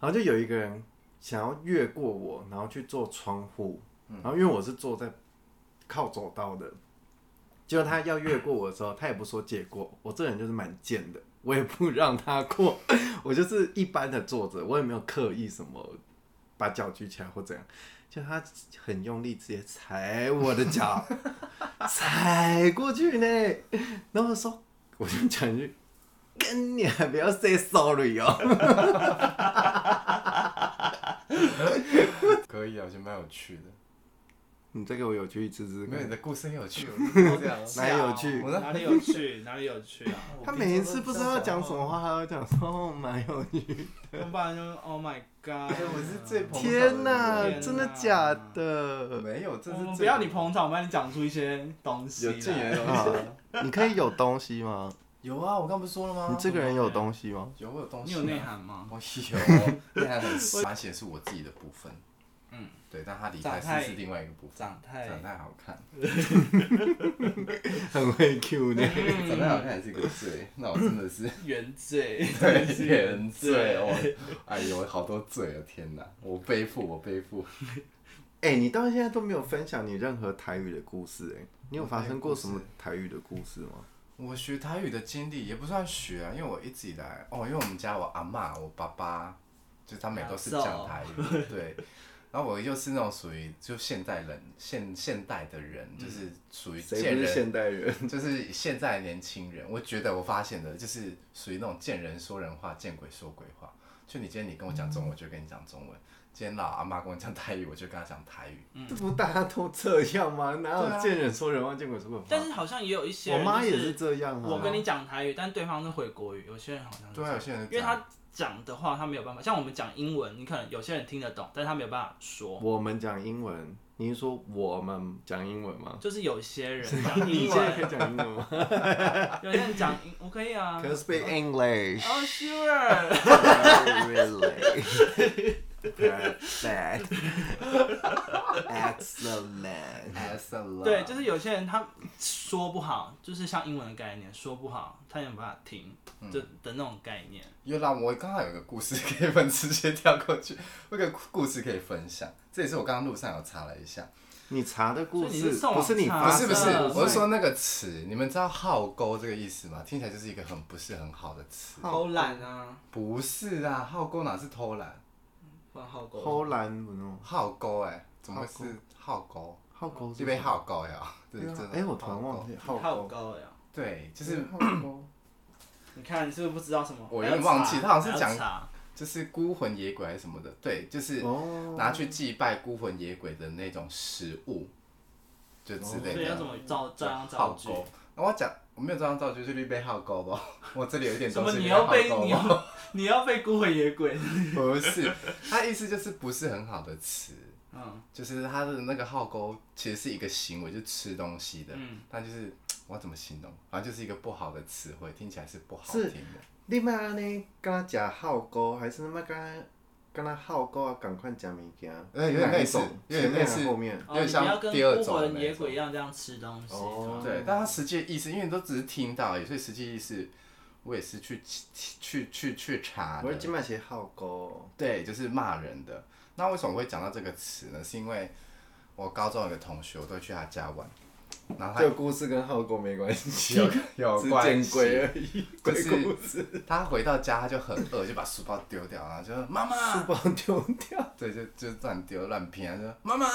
Speaker 1: 然后就有一个人想要越过我，然后去坐窗户，然后因为我是坐在靠走道的，结果他要越过我的时候，他也不说借过，我这人就是蛮贱的，我也不让他过，我就是一般的坐着，我也没有刻意什么把脚举起来或怎样，就他很用力直接踩我的脚， *laughs* 踩过去呢，然后我说我就讲一句。跟你还不要 say sorry 哦，
Speaker 5: 可以啊，我觉得蛮有趣的。
Speaker 1: 你再给我有趣一次次
Speaker 5: 没有你
Speaker 1: 看。
Speaker 5: 的故事很有 *laughs* 趣，我就是这样。
Speaker 1: 哪里有趣
Speaker 5: 我在
Speaker 4: 哪里有趣？哪里有趣
Speaker 1: *laughs*
Speaker 4: 啊？
Speaker 1: 他每一次不知道要讲什么话，他都讲说哦蛮有趣。
Speaker 4: 我不然就是 Oh my God！
Speaker 5: 哎我是最捧
Speaker 1: 天哪
Speaker 4: 天，哪
Speaker 1: 真的假的？
Speaker 5: 没有，这
Speaker 4: 我
Speaker 5: 是
Speaker 4: 们
Speaker 5: 最
Speaker 4: 不要你捧场，我帮你讲出一些东西
Speaker 5: 有
Speaker 4: 来。
Speaker 5: 这也有
Speaker 1: 啊 *laughs* 你可以有东西吗？
Speaker 5: 有啊，我刚不是说了吗？
Speaker 1: 你这个人有东西
Speaker 5: *laughs*
Speaker 1: 吗？
Speaker 5: 有我有东
Speaker 4: 你
Speaker 5: 西、
Speaker 4: 有内。涵吗？
Speaker 5: 我
Speaker 4: *laughs*
Speaker 5: 有，内涵很深。发现是我自己的部分。
Speaker 4: 嗯，
Speaker 5: 对，但他离
Speaker 4: 长
Speaker 5: 开
Speaker 4: 太
Speaker 5: 是是另外一个部分。
Speaker 4: 长太
Speaker 5: 长太好
Speaker 4: *laughs*
Speaker 5: 看，
Speaker 1: 很会 Q 呢。
Speaker 4: 嗯
Speaker 5: 长太好看也是一个
Speaker 4: *laughs*
Speaker 5: 罪。那我真的是
Speaker 4: 原罪，
Speaker 5: 对 *laughs* 原罪，我哎呦，好多罪啊！天哪，我背负，我背负。
Speaker 1: 哎、你到现在都没有分享你任何台语的故事、哎，你有发生过什么哦台语的故事吗？
Speaker 5: 我学台语的经历也不算学啊，因为我一直以来哦，因为我们家我阿嬷、我爸爸，就是他们也都是讲台语，对。然后我又是那种属于就现代人，现现代的人，就是属于
Speaker 1: 嗯谁
Speaker 5: 见
Speaker 1: 不是
Speaker 5: 人，
Speaker 1: 现代人？
Speaker 5: 就是现在的年轻人。我觉得我发现的就是属于那种见人说人话，见鬼说鬼话。就你今天你跟我讲中文，我就跟你讲中文；今天老阿妈跟我讲台语，我就跟她讲台语。
Speaker 1: 这 *laughs* 不大家都这样吗？哪
Speaker 5: 对啊
Speaker 1: 有见人说人话，见鬼说鬼话？
Speaker 4: 但是好像也有一些
Speaker 1: 我
Speaker 4: 人，
Speaker 1: 妈也
Speaker 4: 是
Speaker 1: 是这样啊。
Speaker 4: 我跟你讲台语，但对方是回国语，有些人好像是
Speaker 5: 对啊，有些人
Speaker 4: 因为
Speaker 5: 讲
Speaker 4: 他讲的话，他没有办法。像我们讲英文，你可能有些人听得懂，但是他没有办法说。
Speaker 1: 我们讲英文，你是说我们讲英文吗？
Speaker 4: 就是有些人讲
Speaker 1: 你
Speaker 4: 英
Speaker 1: 现在可以
Speaker 4: 文，
Speaker 1: 讲英文吗
Speaker 4: 有些人讲英，我可以啊。
Speaker 1: ？Can
Speaker 4: *laughs*
Speaker 1: speak English. *laughs*
Speaker 4: 哦、s u r e
Speaker 1: Really? *laughs* Perfect. Excellent.
Speaker 5: excellent，
Speaker 4: 对，就是有些人他说不好，就是像英文的概念，说不好，他也没办法听，就的那种概念。
Speaker 5: 有啦，我刚刚有个故事可以分，直接跳过去。我有个故事可以分享，这也是我刚刚路上有查了一下，
Speaker 1: 你查的故
Speaker 4: 所以你
Speaker 1: 事
Speaker 4: 是上
Speaker 1: 不
Speaker 4: 网
Speaker 1: 是你
Speaker 4: 查
Speaker 1: 发
Speaker 5: 不是
Speaker 1: 生
Speaker 5: 不是，
Speaker 1: 的
Speaker 4: 啊
Speaker 5: 我是说那个词，你们知道“好勾”这个意思吗？听起来就是一个很不是很好的词。
Speaker 1: 好
Speaker 4: 偷懒啊，
Speaker 5: 不是啊，好勾哪是偷懒？
Speaker 4: 换号沟，
Speaker 1: 荷兰不喏，
Speaker 5: 浩沟哎，怎么会
Speaker 1: 浩
Speaker 5: 是浩沟？
Speaker 1: 浩沟
Speaker 5: 这边浩沟 *laughs* 呀，对
Speaker 1: 对，
Speaker 5: 真
Speaker 1: 啊
Speaker 5: 的，
Speaker 1: 哎，我突然忘记浩
Speaker 4: 号
Speaker 1: 沟，
Speaker 4: 沟呀。
Speaker 5: 对，就是
Speaker 4: 啊
Speaker 1: 浩沟，
Speaker 4: 你看，你是不是不知道什么？
Speaker 5: 我
Speaker 4: 还
Speaker 5: 有点
Speaker 4: 要查
Speaker 5: 忘记他好像是
Speaker 4: 还要
Speaker 5: 讲
Speaker 4: 查
Speaker 5: 就是孤魂野鬼还是什么的，对，就是
Speaker 1: 哦，
Speaker 5: 拿去祭拜孤魂野鬼的那种食物，就之类
Speaker 4: 哦所以要怎
Speaker 5: 的。
Speaker 4: 么照照样造
Speaker 5: 浩
Speaker 4: 句？
Speaker 5: 沟，那我讲我没有这张造句，就是绿背浩沟吧？ *laughs* 我这里有一点
Speaker 4: 什
Speaker 5: 东
Speaker 4: 么？
Speaker 5: 西
Speaker 4: 你
Speaker 5: 没
Speaker 4: 要
Speaker 5: 有
Speaker 4: 被
Speaker 5: 浩沟
Speaker 4: 你
Speaker 5: 吧
Speaker 4: 要你要被孤魂
Speaker 5: *laughs*
Speaker 4: 野鬼？
Speaker 5: 不是，它意思就是不是很好的词，
Speaker 4: 嗯
Speaker 5: 就是它的那个浩沟其实是一个行为，就是吃东西的，
Speaker 4: 嗯，
Speaker 5: 但就是我要怎么形容？反正就是一个不好的词汇，听起来是不好
Speaker 1: 是
Speaker 5: 听的。
Speaker 1: 你妈呢？跟他讲浩沟，还是他妈跟他跟他浩沟啊？赶快讲物件，
Speaker 5: 呃有点类似
Speaker 1: 哪一种
Speaker 5: 有点类似
Speaker 1: 前面还是啊后面
Speaker 5: 有
Speaker 4: 哦，
Speaker 5: 点
Speaker 4: 你
Speaker 5: 像
Speaker 4: 不要跟
Speaker 5: 第二
Speaker 4: 孤
Speaker 5: 种的
Speaker 4: 魂
Speaker 5: 那
Speaker 4: 野
Speaker 5: 种
Speaker 4: 鬼一样这样吃东西。
Speaker 1: 哦
Speaker 4: 嗯
Speaker 5: 对，但它实际的意思，因为你都只是听到而已，所以实际意思我也是去去去去查
Speaker 1: 我
Speaker 5: 的。
Speaker 1: 今麦写浩沟，
Speaker 5: 对，就是骂人的。那为什么会讲到这个词呢？是因为我高中有个同学，我都会去他家玩，然后他
Speaker 1: 这个故事跟浩沟没关系，
Speaker 5: 有有
Speaker 1: 只
Speaker 5: 关
Speaker 1: 见鬼
Speaker 5: 系。
Speaker 1: 而已，
Speaker 5: *laughs* 就
Speaker 1: 鬼
Speaker 5: 是
Speaker 1: 故事，
Speaker 5: 他回到家，他就很饿，就把书包丢掉，然后就说妈
Speaker 1: 书
Speaker 5: 妈，
Speaker 1: 包丢掉，
Speaker 5: 对，就就乱丢乱拼，啊他就说妈妈，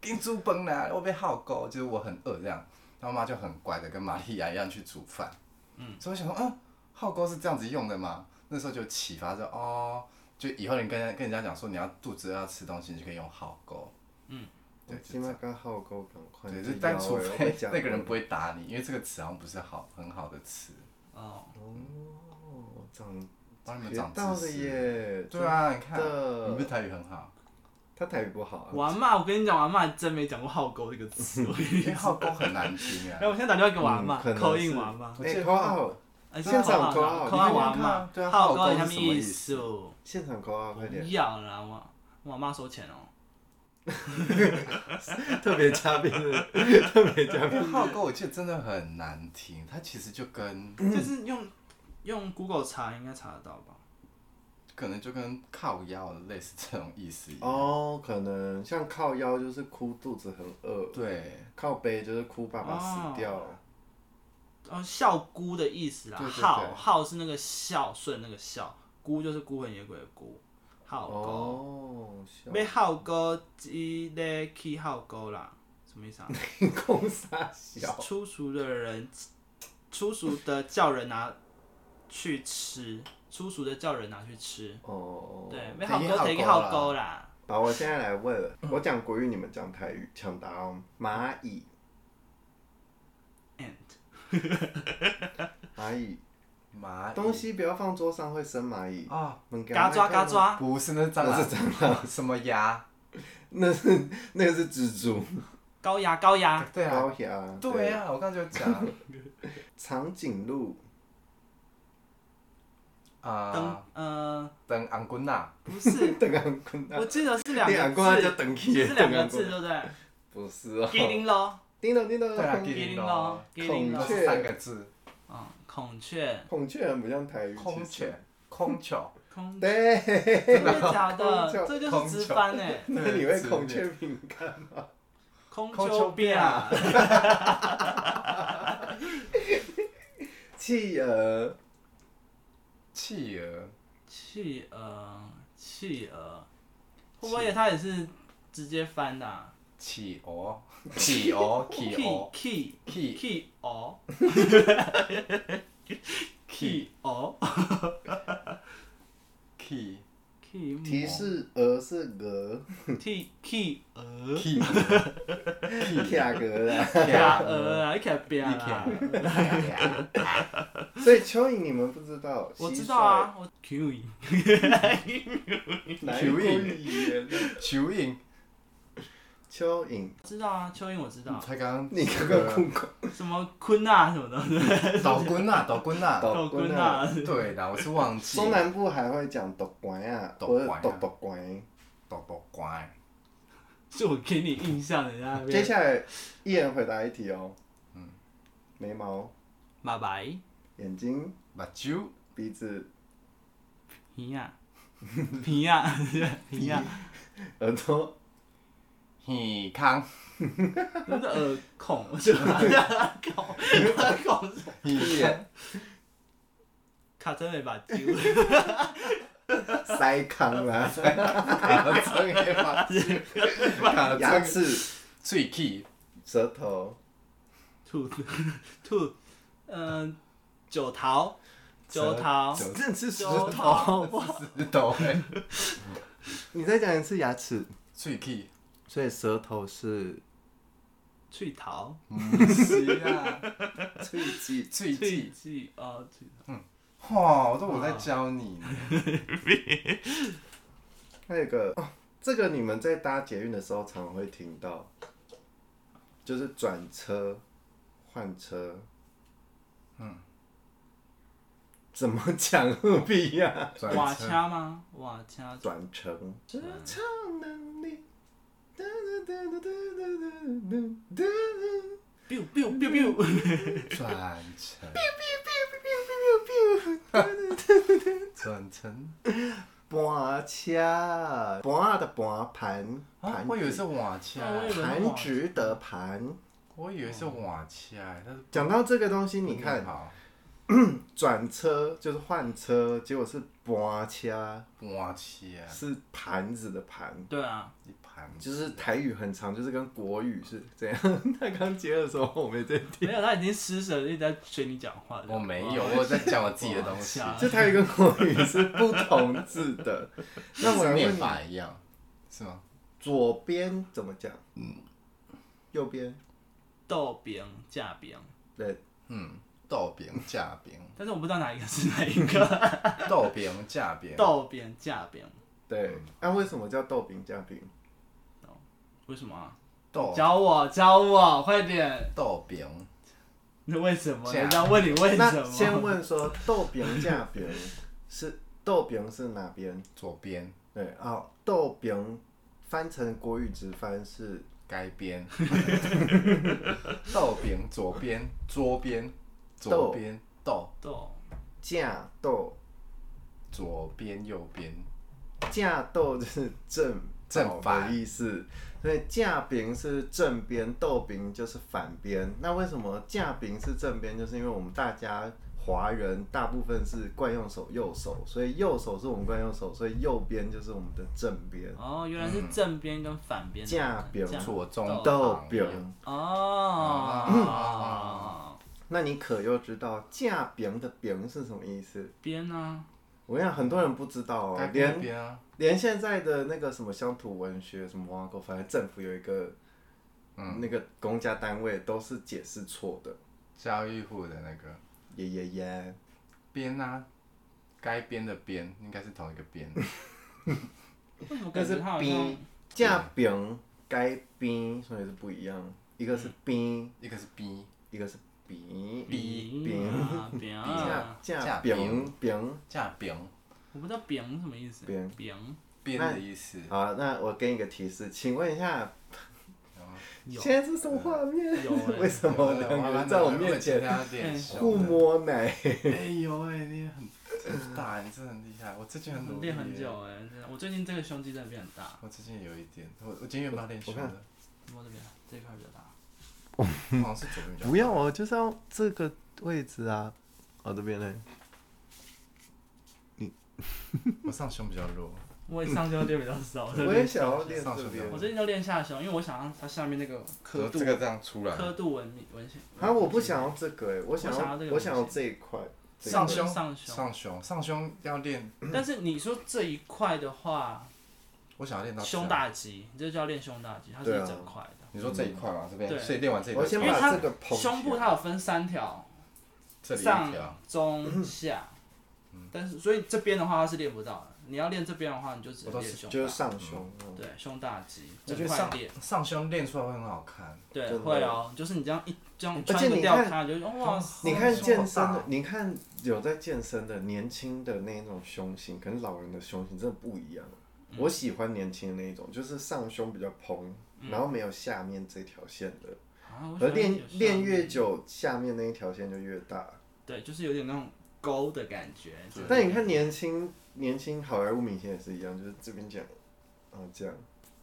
Speaker 5: 给你煮饭啦，我被耗够，就是我很饿这样。然后我妈就很乖的跟玛利亚一样去煮饭，嗯，所以我想说，嗯，耗够是这样子用的吗？那时候就启发说，哦，就以后你跟人跟人家讲说你要肚子饿要吃东西，你就可以用耗够，
Speaker 4: 嗯，
Speaker 5: 对，就
Speaker 1: 今麦
Speaker 5: 这样。
Speaker 1: 跟浩沟赶快，
Speaker 5: 对，就但除非那个人不
Speaker 1: 会。
Speaker 5: 会打你，因为这个词好像不是好很好的词，
Speaker 4: 哦，
Speaker 1: 哦，长
Speaker 5: 帮你们
Speaker 1: 学
Speaker 5: 长
Speaker 1: 到
Speaker 5: 知
Speaker 1: 了
Speaker 5: 识。
Speaker 1: 耶，
Speaker 5: 对啊，你看，
Speaker 1: 真的
Speaker 5: 你不是台语很好。
Speaker 1: 他台语不好啊，
Speaker 4: 我阿妈，我跟你讲，我阿妈真没讲过“好狗”这个
Speaker 5: *laughs*
Speaker 4: 词。我跟你
Speaker 5: 因为号沟很难听
Speaker 1: *laughs*
Speaker 4: 然后我
Speaker 5: 啊。
Speaker 4: 现在打电话给我阿
Speaker 1: 嗯
Speaker 4: 妈
Speaker 1: 可，能
Speaker 4: 口音
Speaker 1: 是
Speaker 4: 我阿妈，
Speaker 5: 我
Speaker 1: 哎、
Speaker 5: 记得
Speaker 1: 欸，口号，
Speaker 4: 哎
Speaker 1: 现场
Speaker 4: 口
Speaker 1: 口
Speaker 4: 号
Speaker 1: 号
Speaker 4: 口号
Speaker 5: 你
Speaker 4: 我
Speaker 5: 看
Speaker 4: 阿
Speaker 5: 看
Speaker 4: 妈，
Speaker 5: 对啊
Speaker 4: 号
Speaker 5: 号
Speaker 4: 高
Speaker 5: 高
Speaker 4: 有什
Speaker 5: 是
Speaker 4: 么
Speaker 5: 什么
Speaker 4: 意
Speaker 5: 意
Speaker 4: 思
Speaker 5: 思
Speaker 4: 哦？
Speaker 1: 现场口号，快
Speaker 4: 不
Speaker 1: 点，
Speaker 4: 要啦，我我阿妈收钱
Speaker 5: *clears throat*
Speaker 4: 哦。
Speaker 1: *laughs* 特别嘉宾的，特别嘉
Speaker 5: 因为
Speaker 1: 宾，
Speaker 5: 号沟我记得真的很难听，它其实就跟
Speaker 4: 就是用用 Google 查应该查得到吧？
Speaker 5: 可能就跟靠腰类似这种意思一样。，
Speaker 1: *laughs* 哦，可能像靠腰就是哭肚子很饿，
Speaker 5: 对，
Speaker 1: 靠背就是哭爸爸死掉，
Speaker 4: 哦哦，孝姑的意思啦，
Speaker 5: 对对对
Speaker 4: 孝孝是那个孝顺那个孝，姑就是孤魂野鬼的孤，孝沟。
Speaker 1: 哦，笑
Speaker 4: 被孝沟一类去孝沟啦，什么意思啊？
Speaker 1: 公傻小，
Speaker 4: 粗俗的人，粗俗的叫人拿去吃，粗俗的叫人拿去吃。
Speaker 1: *laughs* 哦，
Speaker 4: 对，被孝沟
Speaker 5: 等
Speaker 4: 等
Speaker 5: 于
Speaker 4: 于
Speaker 5: 孝
Speaker 4: 孝
Speaker 5: 沟
Speaker 4: 沟啦。
Speaker 1: 好，我现在来问了，
Speaker 4: 嗯
Speaker 1: 我讲国语，你们讲台语，抢答哦，蚂蚁，
Speaker 4: and
Speaker 1: *laughs*
Speaker 4: *laughs*
Speaker 1: 蚂蚁，
Speaker 5: 蚂蚁
Speaker 1: 东西不要放桌上，会生蚂蚁，
Speaker 5: 啊，
Speaker 4: 哦嘎抓嘎，抓，
Speaker 5: 不是那蟑
Speaker 1: 不
Speaker 5: 螂，
Speaker 1: 是
Speaker 5: 蟑螂，什么鸭？
Speaker 1: 那是那个是蜘蛛，
Speaker 4: 高牙高
Speaker 5: *laughs*
Speaker 4: 牙，
Speaker 5: 对啊
Speaker 1: 高，牙，
Speaker 5: 对啊，我刚才就
Speaker 1: *laughs*
Speaker 5: 讲
Speaker 1: 长颈鹿，
Speaker 5: 啊
Speaker 4: 灯，呃
Speaker 5: 等昂滚呐，
Speaker 4: 不是
Speaker 1: *laughs* 等昂坤啊
Speaker 4: 我，记得是两
Speaker 1: 你昂坤
Speaker 4: 个
Speaker 1: 啊就
Speaker 4: 字，
Speaker 1: 等起，
Speaker 4: 是两个字
Speaker 1: 邓
Speaker 4: 对
Speaker 1: 安
Speaker 4: 不对？
Speaker 1: 坤不是哦，
Speaker 4: 吉林咯，
Speaker 1: 叮咚叮咚，
Speaker 5: 对啊
Speaker 1: 孔
Speaker 5: 叮
Speaker 4: 吉林咯，吉林
Speaker 5: 那
Speaker 4: 咯
Speaker 1: 孔，雀
Speaker 5: 是三个字，
Speaker 4: 嗯，孔雀，
Speaker 1: 孔雀很不像台语，
Speaker 5: 空
Speaker 1: 其实
Speaker 5: 雀，空雀，
Speaker 4: 孔雀，
Speaker 1: 对，
Speaker 4: 真的假
Speaker 1: 孔
Speaker 4: 的？
Speaker 1: 雀
Speaker 4: 这就是直翻哎，
Speaker 1: 那你会孔雀饼干吗？
Speaker 4: 空
Speaker 5: 孔
Speaker 4: 丘
Speaker 5: 丘
Speaker 4: 变
Speaker 5: 变
Speaker 4: 啊，
Speaker 1: 企鹅，
Speaker 5: 企鹅，
Speaker 4: *laughs* 企鹅，企鹅，会不会它也是直接翻的啊
Speaker 5: 企鹅，企
Speaker 1: 哦
Speaker 5: 鹅，企鹅，
Speaker 4: ？K K
Speaker 5: 企
Speaker 4: K 鹅
Speaker 5: 企
Speaker 4: K 鹅
Speaker 5: 企
Speaker 4: K
Speaker 1: 提示鹅是
Speaker 5: *laughs*
Speaker 1: 鹅，
Speaker 4: T K 鹅，啊
Speaker 5: 企
Speaker 1: 啊
Speaker 5: 鹅，企
Speaker 1: 卡格啦。
Speaker 4: 假鹅啊，你看变
Speaker 5: 你看
Speaker 4: 啦。
Speaker 1: 所以蚯蚓你们不知道，
Speaker 4: 我知道啊，我 Q 音，
Speaker 1: 蟋
Speaker 5: 啊
Speaker 1: 蟀，哪一国语言啊
Speaker 5: 蚯蚓，
Speaker 1: 蚯蚓，
Speaker 4: 知道啊，蚯蚓我知道，
Speaker 5: 才刚
Speaker 1: 你刚
Speaker 5: 啊
Speaker 1: 刚酷狗
Speaker 4: 什么坤啊什么的，
Speaker 5: 倒棍呐，倒棍呐，
Speaker 1: 倒
Speaker 4: *laughs* 豆
Speaker 1: 棍
Speaker 4: 坤啊，
Speaker 5: 对啦，我是忘记
Speaker 1: 中南部还会讲毒管啊，
Speaker 5: 毒
Speaker 1: 或者
Speaker 5: 管啊
Speaker 1: 毒毒管。
Speaker 5: 倒倒乖，
Speaker 4: 是我给你印象的那
Speaker 1: 接
Speaker 4: 边。
Speaker 1: 下来一人回答一题哦。
Speaker 5: 嗯
Speaker 1: 眉毛、
Speaker 4: 马白，
Speaker 1: 眼睛、
Speaker 5: 目睭，
Speaker 1: 鼻子、
Speaker 4: 皮啊，皮啊，皮啊，
Speaker 1: 耳朵、
Speaker 5: 耳康，
Speaker 4: 那是耳孔，是吧？耳孔，耳孔是
Speaker 5: 耳
Speaker 1: 眼
Speaker 4: 卡真没把丢。
Speaker 1: 腮康啦，
Speaker 5: *laughs* 卡针也嘛，卡
Speaker 1: 牙
Speaker 5: 针
Speaker 1: 齿、
Speaker 5: 喙齿，
Speaker 1: 舌头、
Speaker 4: 兔子兔，嗯、九桃，
Speaker 5: 蛇
Speaker 4: 九桃，
Speaker 5: 九
Speaker 1: 真的是舌
Speaker 4: 九
Speaker 1: 头。
Speaker 4: 桃，
Speaker 5: 石头诶，
Speaker 1: 你再讲一次牙齿，
Speaker 5: 喙齿，
Speaker 1: 所以舌头是
Speaker 4: 翠桃，
Speaker 5: 不是啊，
Speaker 1: 喙齿。
Speaker 5: 喙
Speaker 4: 翠
Speaker 5: 齿。
Speaker 4: 记哦，翠桃
Speaker 5: 哇，都我在教你，
Speaker 1: 还有一个哦，这个你们在搭捷运的时候常会听到，就是转车、换车。嗯，怎么讲何必呀？
Speaker 5: 转
Speaker 4: 瓦
Speaker 5: 车
Speaker 4: 掐吗？瓦掐，
Speaker 1: 转乘。这超能力。哒哒哒哒哒哒哒哒哒
Speaker 4: biu biu biu biu，
Speaker 5: 转成，
Speaker 4: *laughs*
Speaker 5: 转成
Speaker 1: 搬车，搬的搬盘，
Speaker 5: 啊！
Speaker 1: 盘
Speaker 5: 我以为
Speaker 1: 子
Speaker 5: 是瓦车，
Speaker 4: 啊我以为
Speaker 1: 盘值的盘。
Speaker 5: 我以为是瓦车，但是
Speaker 1: 讲到这个东
Speaker 5: 嗯
Speaker 1: 西，你看
Speaker 5: 好，
Speaker 1: 转车就是换车，结果是搬车，
Speaker 5: 瓦车
Speaker 1: 是盘子的盘，
Speaker 4: 对啊，
Speaker 5: 一盘，
Speaker 1: 就是台语很长，就是跟国语是怎样？他刚接的时候我没在听，
Speaker 4: 没有，他已经失神，一直在学你讲话。
Speaker 5: 我没有，我有在讲我自己的东西，
Speaker 4: 哇
Speaker 1: 就台语跟国语是不同字的。那我来
Speaker 5: 跟
Speaker 1: 问
Speaker 5: 念
Speaker 1: 你，
Speaker 5: 法一样，是吗？
Speaker 1: 左边怎么讲？嗯，右边
Speaker 4: 豆饼架饼，
Speaker 1: 对，
Speaker 5: 嗯，豆饼架 *laughs* 饼，
Speaker 4: 但是我不知道哪一个是哪一个。
Speaker 5: 豆饼架饼，
Speaker 4: 豆饼架饼，
Speaker 1: 对，嗯那、为什么叫豆饼酱饼？
Speaker 4: 为什么啊？
Speaker 1: 哦
Speaker 5: 豆
Speaker 4: 教我教我，快点！
Speaker 5: 豆饼，
Speaker 4: 那为什么？
Speaker 5: 架
Speaker 4: 人家问你为什
Speaker 1: 那
Speaker 4: 么？
Speaker 1: 先问说豆饼酱饼 *laughs* 是豆饼是哪边？
Speaker 5: 左边
Speaker 1: 对啊、哦，豆饼翻成国语直翻是
Speaker 5: 该边， *laughs* 豆饼左边桌边左边豆
Speaker 4: 豆
Speaker 1: 架豆，
Speaker 5: 左边右边
Speaker 1: 架豆就是正
Speaker 5: 正
Speaker 1: 倒的
Speaker 5: 反
Speaker 1: 意思，所以架饼是正边，豆饼就是反边。那为什么架饼是正边？就是因为我们大家华人大部分是惯用手右手，所以右手是我们惯用手，所以右边就是我们的正边。
Speaker 4: 哦，原来是正边跟反边
Speaker 1: 嗯
Speaker 4: 的
Speaker 1: 架饼
Speaker 4: 架
Speaker 5: 左中
Speaker 4: 豆
Speaker 1: 豆饼，
Speaker 4: 哦，
Speaker 1: 那你可又知道架饼的饼是什么意思？
Speaker 4: 边啊呢？
Speaker 1: 我跟你讲，很多人不知道
Speaker 5: 该
Speaker 1: 哦，
Speaker 5: 边
Speaker 1: 连
Speaker 5: 边啊，
Speaker 1: 连现在的那个什么乡土文学什么挖沟，反正政府有一个，那个公家单位都是解释错的。
Speaker 5: 家喻户的那个
Speaker 1: 耶耶耶，
Speaker 5: 边啊，该边的边应该是同一个
Speaker 1: *laughs*
Speaker 5: 边，
Speaker 4: 为什么
Speaker 1: 但
Speaker 4: 感
Speaker 1: 是
Speaker 4: 觉他好像
Speaker 1: 冰？架饼该冰，所以是不一样。一个是冰，
Speaker 5: 一个是 B
Speaker 1: 一个是饼，
Speaker 5: 比
Speaker 1: 饼
Speaker 4: 啊
Speaker 1: *laughs*
Speaker 4: 饼
Speaker 1: 架
Speaker 4: 啊，
Speaker 1: 架
Speaker 5: 架
Speaker 1: 饼
Speaker 5: 饼
Speaker 1: 饼。
Speaker 5: 架饼
Speaker 4: 我不知道饼是什么意思。
Speaker 1: 饼
Speaker 4: 饼
Speaker 5: 边的意思，
Speaker 1: 好，那我给你个提示，请问一下，
Speaker 4: 有
Speaker 1: 现在是什么画面？
Speaker 4: 有欸
Speaker 1: *laughs* 为什么两个人在我面前互
Speaker 5: 互
Speaker 1: 摸
Speaker 4: *laughs*
Speaker 1: 奶？
Speaker 5: 哎呦哎，你很很大，你真的很厉害。我最近很努力耶
Speaker 4: 练很久哎，真的我最近这个胸肌真的变很大，
Speaker 5: 我最近有一点，我我今天有没有练胸的？
Speaker 4: 摸这边这一块比较大。
Speaker 5: 好像是左边比较。
Speaker 1: 不要哦，就是要这个位置啊。哦，这边呢？
Speaker 5: 我上胸比较弱。
Speaker 4: 我也上胸肌比较少，
Speaker 1: *laughs* 我也想要练
Speaker 5: 上
Speaker 1: 这
Speaker 5: 手
Speaker 1: 边
Speaker 5: 表
Speaker 4: 我。最近都练下胸，因为我想让它下面那个刻度
Speaker 1: 哦
Speaker 5: 这个这样出来，
Speaker 4: 刻度纹理纹线。
Speaker 1: 啊，我不想要这个哎，我想
Speaker 4: 我想
Speaker 1: 要
Speaker 4: 要这个
Speaker 1: 我想要
Speaker 4: 东西
Speaker 1: 这一块。这一
Speaker 5: 上
Speaker 1: 块
Speaker 5: 胸
Speaker 4: 上胸
Speaker 5: 上胸上胸要练，
Speaker 1: 嗯
Speaker 4: 但是你说这一块的话，
Speaker 5: 我想要练到这样
Speaker 4: 胸。大肌，你这就要练胸大肌，它是
Speaker 1: 啊对啊
Speaker 4: 一整块的。
Speaker 5: 你说这一块嘛，这边，
Speaker 4: 对
Speaker 5: 所以练完这一块，
Speaker 1: 我先
Speaker 4: 因为
Speaker 1: 把
Speaker 4: 它
Speaker 1: 这个捧起来
Speaker 4: 胸部它有分三条，
Speaker 5: 这里一
Speaker 4: 上
Speaker 5: 条，、
Speaker 4: 中、下。
Speaker 1: 嗯
Speaker 4: 但是所以这边的话它是练不到的，你要练这边的话，你就只
Speaker 5: 我
Speaker 4: 能
Speaker 5: 都
Speaker 4: 练
Speaker 5: 是
Speaker 4: 胸大。
Speaker 1: 就是上胸。
Speaker 5: 嗯
Speaker 1: 嗯
Speaker 4: 对，胸大肌，
Speaker 5: 我
Speaker 4: 整
Speaker 5: 觉得
Speaker 4: 块
Speaker 5: 上
Speaker 4: 练，
Speaker 5: 上胸练出来会很好看。 *laughs*
Speaker 4: 对，
Speaker 1: 真的
Speaker 4: 会哦，就是你这样一这样
Speaker 1: 而且
Speaker 4: 穿个
Speaker 1: 你
Speaker 4: 吊
Speaker 1: 看
Speaker 4: 卡，你就哦哇塞，
Speaker 1: 你看
Speaker 5: 胸
Speaker 1: 健
Speaker 5: 好
Speaker 1: 身
Speaker 5: 大
Speaker 1: 的
Speaker 5: 哦，
Speaker 1: 你看有在健身的年轻的那种胸型，跟老人的胸型真的不一样。
Speaker 4: 嗯
Speaker 1: 我喜欢年轻的那一种，就是上胸比较蓬，然后没有下面这条线的。
Speaker 4: 啊嗯我喜
Speaker 1: 而
Speaker 4: 欢
Speaker 1: 练
Speaker 4: 有下
Speaker 1: 练
Speaker 4: 面
Speaker 1: 越久，下面那一条线就越大。
Speaker 4: 对，就是有点那种勾的感觉。就是
Speaker 1: 但你看年轻年轻好莱坞明星也是一样，就是这边讲，然后这样，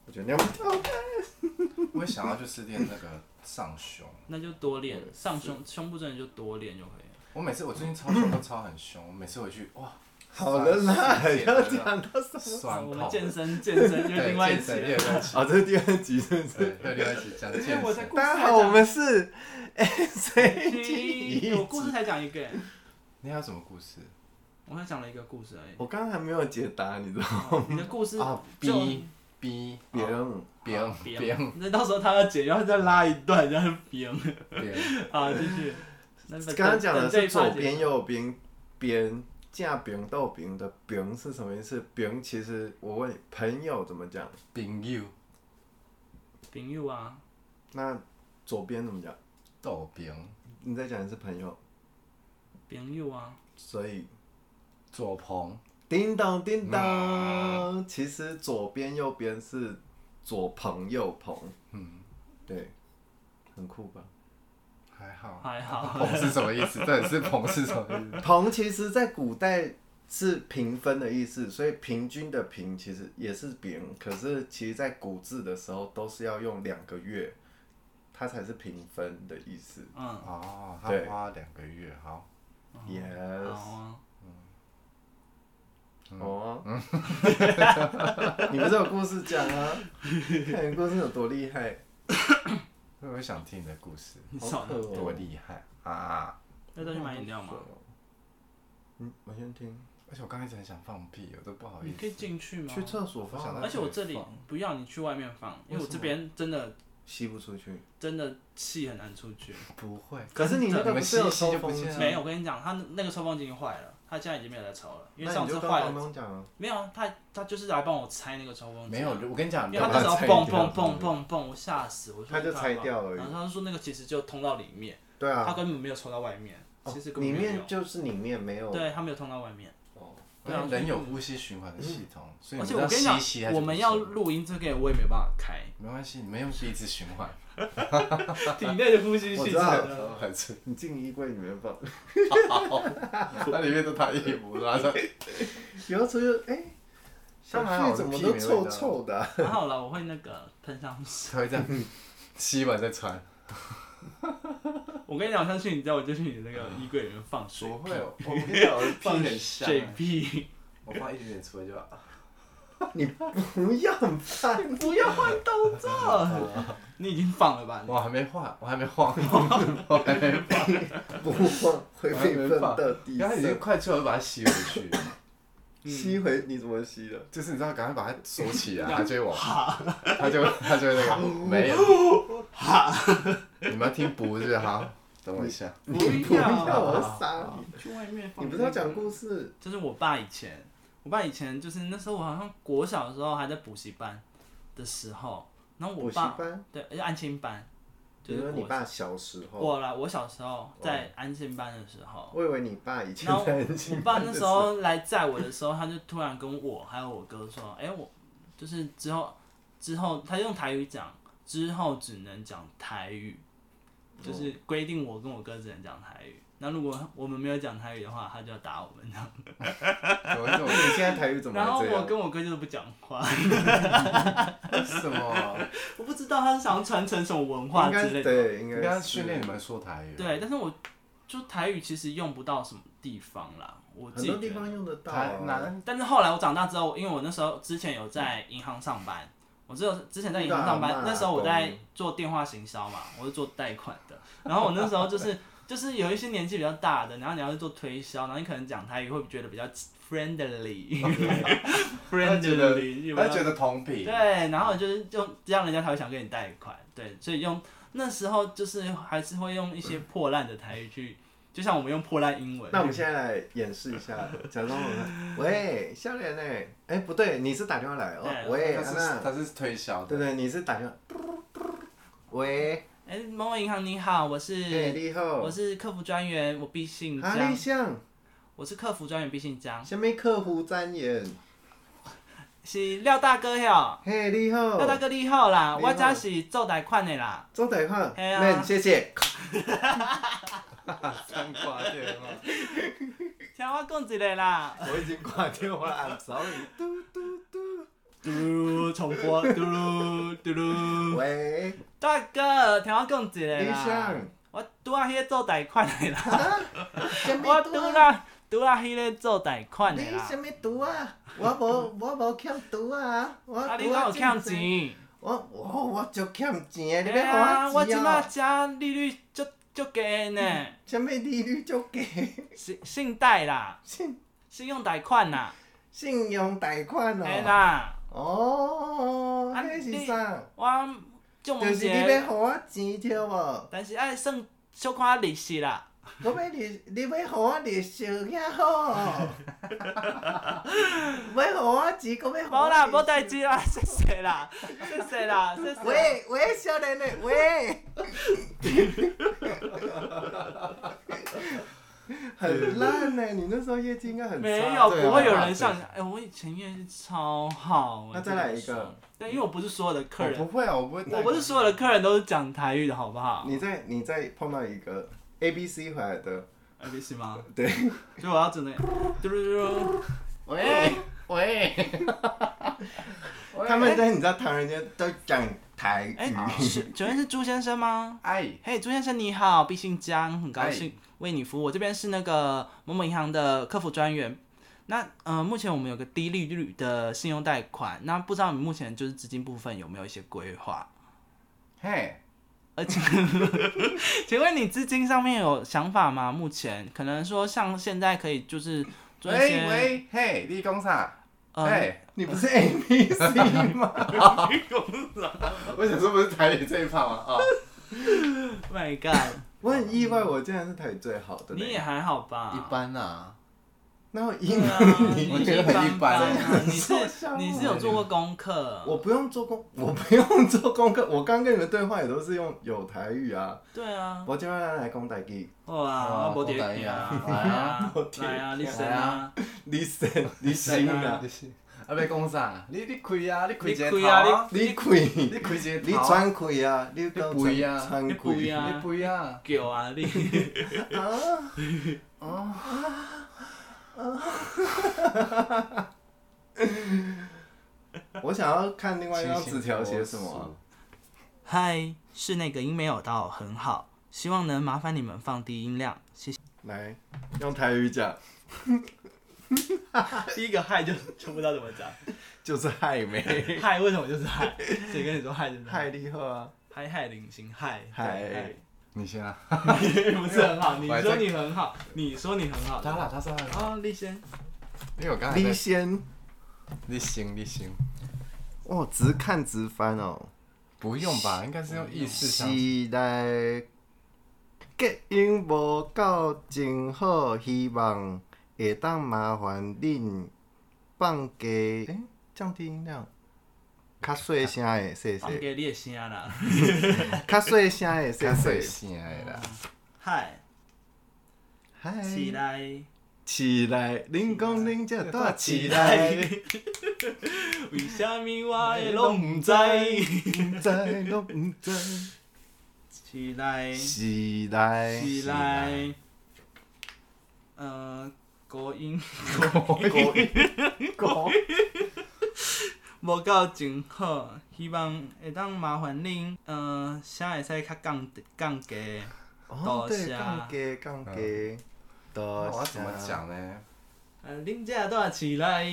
Speaker 1: 我觉得那样 *laughs* 不好看。
Speaker 5: 我也想要就是练那个上胸。
Speaker 4: 那就多练上胸，胸部真的就多练就可以了。
Speaker 5: 我每次我最近超胸都超很凶，我每次回去哇，
Speaker 1: 好了啦，
Speaker 5: 算是
Speaker 1: 要讲到什么？
Speaker 5: 酸
Speaker 4: 啊我
Speaker 5: 痛
Speaker 4: 们健身健
Speaker 1: *laughs*
Speaker 4: 身就是
Speaker 5: 对
Speaker 4: 另外一
Speaker 5: 健
Speaker 4: 集
Speaker 5: 身
Speaker 4: 了。哎
Speaker 5: 练练起
Speaker 1: 啊，这是第二集是不
Speaker 5: 对
Speaker 1: 是？
Speaker 5: 对另外一集讲健
Speaker 4: 因为我在
Speaker 5: 身。
Speaker 4: 故事
Speaker 1: 大
Speaker 4: 才
Speaker 1: 家好，我
Speaker 4: 讲
Speaker 1: 们是 S H
Speaker 4: 一，我故事才讲一个耶，
Speaker 5: 你还有什么故事？
Speaker 4: 我才讲了一个故事而已。
Speaker 1: 我刚刚还没有解答，你知道 *laughs* 吗？
Speaker 4: 你的故事
Speaker 5: 啊
Speaker 4: 就啊
Speaker 5: ，B B
Speaker 1: 别人
Speaker 5: 别别
Speaker 4: 别，那到时候他要剪，然后再拉一段，然后别
Speaker 5: 别，
Speaker 4: 啊，继续。那等
Speaker 1: 刚刚讲的
Speaker 4: 等这
Speaker 1: 是
Speaker 4: 一 part
Speaker 1: 左
Speaker 4: 结束
Speaker 1: 边右边边架饼到饼的饼是什么意思？饼其实我问你朋友怎么讲，
Speaker 5: 朋友
Speaker 4: 朋友啊，
Speaker 1: 那左边怎么讲？
Speaker 5: 豆饼
Speaker 1: 你再讲一次朋友，
Speaker 4: 朋友啊，
Speaker 1: 所以
Speaker 5: 左鹏
Speaker 1: 叮当叮当，
Speaker 5: 嗯
Speaker 1: 嗯其实左边右边是左朋右朋，
Speaker 5: 嗯，
Speaker 1: 对，很酷吧？
Speaker 5: 还好。
Speaker 4: 还好。
Speaker 5: 鹏是什么意思？这里是鹏是什么意思？
Speaker 1: 朋其实在古代是平分的意思，所以平均的平其实也是饼，可是其实在古字的时候都是要用两个月，它才是平分的意思。
Speaker 4: *laughs* 嗯，
Speaker 5: 哦，他
Speaker 1: 对
Speaker 5: 花两个月，好，
Speaker 1: Yes，
Speaker 4: 好啊。
Speaker 1: 哦， *laughs* 你不是有故事讲啊？看你故事有多厉害，
Speaker 5: 我也想听你的故事，
Speaker 4: 你
Speaker 1: 好
Speaker 4: 少
Speaker 1: 渴哦
Speaker 5: 多厉害啊！
Speaker 4: 要再去买饮料吗？
Speaker 1: 嗯，我先听。
Speaker 5: 而且我刚刚一直很想放屁，我都不好
Speaker 4: 你
Speaker 5: 意
Speaker 4: 可以
Speaker 5: 思。
Speaker 4: 进去吗
Speaker 1: 去？厕所放
Speaker 5: 我想
Speaker 1: 啊，
Speaker 4: 而且我这里不要你去外面放，因为我这边真的
Speaker 1: 吸不出去。
Speaker 4: 真的气很难出去。
Speaker 5: 不会，
Speaker 1: 可是你那个
Speaker 5: 你
Speaker 1: 不
Speaker 5: 们
Speaker 1: 是
Speaker 5: 吸
Speaker 1: 有
Speaker 5: 一吸
Speaker 1: 抽
Speaker 5: 就
Speaker 1: 风
Speaker 5: 不见
Speaker 1: 机
Speaker 5: 了。
Speaker 4: 没有，我跟你讲，他那个抽风机已经坏了，他现在已经没有在抽了，因为
Speaker 1: 那
Speaker 4: 上
Speaker 1: 你
Speaker 4: 次
Speaker 1: 就跟
Speaker 4: 坏
Speaker 1: 房
Speaker 4: 了。
Speaker 1: 东讲啊。
Speaker 4: 没有，他他就是来帮我拆那个抽风机。啊
Speaker 5: 没有，我跟你讲，
Speaker 4: 因为他那
Speaker 5: 要
Speaker 4: 时
Speaker 5: 不
Speaker 4: 候
Speaker 1: 拆
Speaker 5: 然
Speaker 4: 蹦
Speaker 1: 掉
Speaker 4: 蹦蹦蹦蹦，我吓死我。
Speaker 1: 他就拆掉而已
Speaker 4: 然后他就说那个其实就通到里面，
Speaker 1: 对
Speaker 4: 他
Speaker 1: 啊，
Speaker 4: 根本没有抽到外面，
Speaker 1: 哦
Speaker 4: 其实根
Speaker 1: 里
Speaker 4: 本没有
Speaker 1: 面
Speaker 4: 用。
Speaker 1: 就是里面没有。
Speaker 4: 对他没有通到外面，
Speaker 1: 哦，
Speaker 4: 对啊
Speaker 5: 人有呼吸循环的系统，所以
Speaker 4: 嗯而且
Speaker 5: 你
Speaker 4: 我
Speaker 5: 要
Speaker 4: 跟你
Speaker 5: 吸一吸啊它
Speaker 4: 讲，
Speaker 5: 就
Speaker 4: 我
Speaker 5: 不
Speaker 4: 们
Speaker 5: 行
Speaker 4: 要录音这个我也没有办法
Speaker 1: *laughs*
Speaker 4: 开，
Speaker 5: 没关系，你们用鼻子循环，
Speaker 4: 体内的呼吸
Speaker 1: 我
Speaker 4: 系
Speaker 1: 知
Speaker 4: 统
Speaker 1: 道
Speaker 4: 的。
Speaker 5: 很吃，
Speaker 1: 你进衣柜里面放，
Speaker 5: *laughs* 那里面都他衣服，然后
Speaker 1: 有的时候就哎，
Speaker 5: 像还
Speaker 1: 小
Speaker 5: 好
Speaker 1: 旭怎么都臭臭
Speaker 5: 的，
Speaker 1: 的啊。 *laughs*
Speaker 4: 还好了，我会那个喷香水。
Speaker 5: 他会这样 *laughs* 吸完再穿。
Speaker 4: *laughs* 我跟你讲，上次你知道我就去你那个衣柜里面放水
Speaker 5: 不
Speaker 4: 屁，
Speaker 5: 会，我跟你讲，我的屁
Speaker 4: 放
Speaker 5: 很香
Speaker 4: 水
Speaker 5: 欸，
Speaker 4: 屁，
Speaker 5: 我放一点点出来就好。
Speaker 1: 你不要很烦，
Speaker 4: 不要换动作。 *laughs* 你已经放了吧？你
Speaker 5: 我还没换，我还没晃，我还没晃，
Speaker 1: 不放会
Speaker 5: 我还
Speaker 1: 被
Speaker 5: 没
Speaker 1: 分
Speaker 5: 放
Speaker 1: 到地
Speaker 5: 刚才已经
Speaker 1: 上。
Speaker 5: 快出来，我就把它吸回 *laughs* 去。
Speaker 1: 吸回你怎么吸的？
Speaker 5: 就是你知道，赶快把它收起 *laughs* 来，它就会往，它就它就会那个没有。 *laughs* 你们要听不是哈？等我一下，
Speaker 1: 不
Speaker 4: 不啊
Speaker 1: 要，啊
Speaker 4: 要
Speaker 1: 我会杀你。
Speaker 4: 去外面放。
Speaker 1: 你不是要讲故事？
Speaker 4: 就是我爸以前，我爸以前就是那时候我好像国小的时候还在补习班的时候，然后
Speaker 1: 补
Speaker 4: 我
Speaker 1: 习
Speaker 4: 爸
Speaker 1: 班？
Speaker 4: 对，而且安亲班，就
Speaker 1: 你
Speaker 4: 是
Speaker 1: 说你
Speaker 4: 国
Speaker 1: 爸哦小时候，
Speaker 4: 我啦，我小时候在安亲班的时候，
Speaker 1: 我以为你爸以前
Speaker 4: 然后
Speaker 1: 在安亲
Speaker 4: 我爸
Speaker 1: 班的
Speaker 4: 那
Speaker 1: 时
Speaker 4: 时
Speaker 1: 候。
Speaker 4: 候来载我的时候，他就突然跟我还有我哥说：“哎、我就是之后之后，他用台语讲，之后只能讲台语，
Speaker 1: 哦
Speaker 4: 就是规定我跟我哥只能讲台语。那如果我们没有讲台语的话，他就要打我们。
Speaker 5: 怎么这
Speaker 1: *laughs*
Speaker 5: 种
Speaker 1: 你现在台语怎么
Speaker 4: 然后
Speaker 1: 还这
Speaker 4: 我
Speaker 1: 样？
Speaker 4: 跟我哥就是不讲话，
Speaker 5: 什么？
Speaker 4: 我不知道他是想要传承什么文化
Speaker 1: 应该
Speaker 4: 之
Speaker 1: 是
Speaker 4: 类的。
Speaker 1: 对，应
Speaker 5: 应
Speaker 1: 该
Speaker 5: 该
Speaker 1: 是
Speaker 5: 训练你们说台语。啊
Speaker 4: 对，但是我就台语其实用不到什么地方啦，我自
Speaker 1: 很
Speaker 4: 己
Speaker 1: 多
Speaker 4: 觉
Speaker 1: 地
Speaker 4: 得
Speaker 1: 方用得到、
Speaker 5: 台
Speaker 1: 啊。
Speaker 5: 南
Speaker 4: 但是后来我长大之后，因为我那时候之前有在银行上班，我只有之前在银行上
Speaker 1: 干
Speaker 4: 班
Speaker 1: 嘛，
Speaker 4: 那时候我在做电话行销嘛，我是做贷款的。然后我那时候就是
Speaker 5: *laughs*
Speaker 4: 就是有一些年纪比较大的，然后你要去做推销，然后你可能讲台语会觉得比较
Speaker 5: *laughs*
Speaker 4: friendly，friendly， *laughs*
Speaker 5: 他觉
Speaker 4: 有
Speaker 5: 得
Speaker 4: 没
Speaker 5: 他
Speaker 4: 有
Speaker 5: 觉得同频，
Speaker 4: 啊对，啊然后就是用这样人家才会想跟你贷款，对，所以用那时候就是还是会用一些破烂的台语去，就像我们用破烂英文。
Speaker 1: 那我们现在来演示一
Speaker 4: *laughs*
Speaker 1: 下，假装我们喂，笑脸呢？哎、不对，你是打电话来哦，
Speaker 4: 对
Speaker 1: 喂，
Speaker 5: 他
Speaker 1: 安
Speaker 5: 是
Speaker 1: 娜，
Speaker 5: 他是推销
Speaker 1: 对
Speaker 5: 的，
Speaker 1: 对，你是打电话，喂，
Speaker 4: 哎、某某银行你好，我
Speaker 1: 哎，
Speaker 4: 是
Speaker 1: 你好
Speaker 4: 我，是客服专员，我必姓
Speaker 1: 哈你
Speaker 4: 张，
Speaker 1: 像
Speaker 4: 我是客服专员必姓张，
Speaker 1: 什么客户专员？
Speaker 4: 是廖大哥哟，
Speaker 1: 嘿，你好
Speaker 4: 廖，大哥你好啦，
Speaker 1: 哦你好
Speaker 4: 我这是做贷款的啦，
Speaker 1: 做贷款，
Speaker 4: 嘿啊
Speaker 1: 嗯，谢谢。
Speaker 5: 三挂电话。
Speaker 4: 听我讲一个啦，
Speaker 1: 我已经挂电话了，I'm sorry。
Speaker 4: 嘟噜重播，嘟噜嘟噜，
Speaker 1: 喂，
Speaker 4: 大哥听我讲一个
Speaker 1: 你
Speaker 4: 啦
Speaker 1: 像， *laughs*
Speaker 4: *laughs* 我拄啊迄做贷款的啦。
Speaker 1: 什么
Speaker 4: 我
Speaker 1: 单
Speaker 4: 拄啦拄啊迄个做贷款的
Speaker 1: 你
Speaker 4: 啦
Speaker 1: 什，么毒啊？我无我无欠毒啊！我
Speaker 4: 啊你哪有欠？钱？
Speaker 1: 我我我就欠钱的，你
Speaker 4: 哎
Speaker 1: 要
Speaker 4: 呀，
Speaker 1: 还
Speaker 4: 我
Speaker 1: 我
Speaker 4: 即
Speaker 1: 钱
Speaker 4: 摆
Speaker 1: 哦、
Speaker 4: 遮利率足足低的呢，
Speaker 1: 什么利率足低？ *laughs*
Speaker 4: 信信贷啦，
Speaker 1: 信
Speaker 4: 信用贷款啦，
Speaker 1: 信用贷款
Speaker 4: 哎
Speaker 1: 哦、
Speaker 4: 啦，
Speaker 1: 哦，
Speaker 4: 啊
Speaker 1: 迄
Speaker 4: 你
Speaker 1: 是啥？
Speaker 4: 我
Speaker 1: 就
Speaker 4: 种问
Speaker 1: 是你要
Speaker 4: 者，
Speaker 1: 互我钱对无？
Speaker 4: 但是爱算小可利息
Speaker 1: *laughs*
Speaker 4: 啦，
Speaker 1: 我要利，你要互我利息遐好， *laughs* 要互我钱，搁要互
Speaker 4: 无啦，无
Speaker 1: 我
Speaker 4: 代
Speaker 1: 利息。
Speaker 4: 志啦，谢谢啦，谢谢
Speaker 1: *laughs*
Speaker 4: 啦，谢谢。
Speaker 1: 喂喂，少年的喂， *laughs* 很烂呢、你那时候业绩应该很差。
Speaker 4: 没有，
Speaker 5: 对啊
Speaker 4: 不会有人像你。哎、我以前业绩超好、哎
Speaker 1: 那再来一个
Speaker 4: 跟你说对，因为我不是所有的客
Speaker 5: 我
Speaker 4: 人，
Speaker 5: 不会啊，我不会。
Speaker 4: 我不是所有的客人都是讲台语的，好不好
Speaker 1: 你再你再碰到一个 A B C 回来的，
Speaker 4: ？A B C 吗？
Speaker 1: 对，
Speaker 4: 所以我要只能嘟嘟嘟。
Speaker 5: 喂喂，
Speaker 1: 他们在你知道唐人街都讲台语。
Speaker 4: 哎、是请问是朱先生吗？
Speaker 5: 哎
Speaker 4: 嘿、朱先生你好，毕姓江，很高
Speaker 5: 哎
Speaker 4: 兴为你服务。我这边是那个某某银行的客服专员。那呃，目前我们有个低利率的信用贷款，那不知道你目前就是资金部分有没有一些规划？ *laughs*
Speaker 5: 嘿，
Speaker 4: 而且，请问你资金上面有想法吗？目前可能说像现在可以就是做一
Speaker 5: 喂
Speaker 4: 些
Speaker 5: 喂嘿，你讲啥？
Speaker 4: *laughs* 呃，
Speaker 5: 哎，
Speaker 1: 你不是 A B C
Speaker 4: *laughs*
Speaker 1: 吗？
Speaker 4: Oh
Speaker 5: 我想说不是台语这一趴吗？啊，
Speaker 4: ，My God，
Speaker 1: 我很意外，我竟然是台语最好的呢。
Speaker 4: 你也还好吧？
Speaker 5: 一般啊，
Speaker 1: 那我英
Speaker 5: *laughs*
Speaker 4: 对啊，
Speaker 1: 文
Speaker 4: 你
Speaker 5: 我
Speaker 1: 你
Speaker 5: 觉
Speaker 1: 也
Speaker 5: 得很一般
Speaker 4: 啊。你
Speaker 5: *laughs*
Speaker 4: 是
Speaker 1: 受伤了
Speaker 4: 你是有做过功课？
Speaker 1: 我不用做功，我不用做功课。我刚跟你们对话也都是用有台语啊。
Speaker 4: 对啊，
Speaker 1: 我今晚来讲台语
Speaker 4: 哇，我无得听啊，
Speaker 5: 来啊
Speaker 4: 来啊，你生啊，
Speaker 1: ，listen，你行
Speaker 5: *laughs*
Speaker 1: 啊，
Speaker 5: 啊，要讲啥？你你开啊，你开一
Speaker 4: 你
Speaker 5: 个
Speaker 4: 开
Speaker 5: 头
Speaker 4: 啊
Speaker 5: 啊，
Speaker 1: 你开，
Speaker 5: 你开一个
Speaker 1: 你
Speaker 5: 头啊，
Speaker 1: 喘气啊，你到
Speaker 5: 你肥啊
Speaker 1: 喘
Speaker 4: 你肥
Speaker 1: 气
Speaker 4: 啊
Speaker 5: 你肥啊，
Speaker 4: 狗啊你，
Speaker 1: 啊！我想要看另外一张纸条写什么啊、
Speaker 4: *laughs* 嗨，是那个音没有到很好，希望能麻烦你们放低音量，谢谢。
Speaker 1: 来，用台语讲，
Speaker 4: 第一个嗨就就不知道怎么 *laughs* 讲。
Speaker 1: 就是嗨 *laughs* 妹，
Speaker 4: 嗨，为什么就是嗨？ *laughs* 谁跟你说嗨就是
Speaker 1: 嗨
Speaker 4: 嗨？
Speaker 1: 厉害啊！
Speaker 4: 嗨嗨零星嗨
Speaker 1: 嗨，
Speaker 5: 你先啊，
Speaker 4: 对嗨不是很好。你
Speaker 5: 我还
Speaker 4: 说
Speaker 5: 在
Speaker 4: 你很好，你说你很好。
Speaker 5: 他啦，他说他啦，
Speaker 4: 啊，立先，
Speaker 5: 因为我刚才
Speaker 1: 你
Speaker 5: 在
Speaker 1: 先，
Speaker 5: 你行你行，
Speaker 1: 哦，直看直翻哦，
Speaker 5: 不用吧，应该是用意思
Speaker 1: 是
Speaker 5: 相
Speaker 1: 来结因无够真好，希望会当麻烦恁放低，诶、降低音量，较细声的，谢
Speaker 4: 放
Speaker 1: 谢，
Speaker 4: 给列先啦。
Speaker 1: 较细声的，谢
Speaker 5: 加
Speaker 1: 谢，
Speaker 5: 水性的啦，
Speaker 4: 嗨，
Speaker 1: *laughs* 嗨，
Speaker 4: 起来，
Speaker 1: 起来，恁讲恁 *laughs* 才大起
Speaker 4: 嗨。
Speaker 1: 来，
Speaker 4: 为什么我会拢唔知？
Speaker 1: 毋知拢毋知，
Speaker 4: 起来，
Speaker 1: 起 *laughs* 来，
Speaker 4: 起来。呃，高音
Speaker 1: 讲
Speaker 4: 无够真好，希望会当麻烦恁，呃，写会使较降降低。
Speaker 1: 哦，对，
Speaker 4: 多谢
Speaker 1: 降低降低，多
Speaker 5: 哦我要怎么？讲啊呢？
Speaker 4: 啊，恁遮带起来，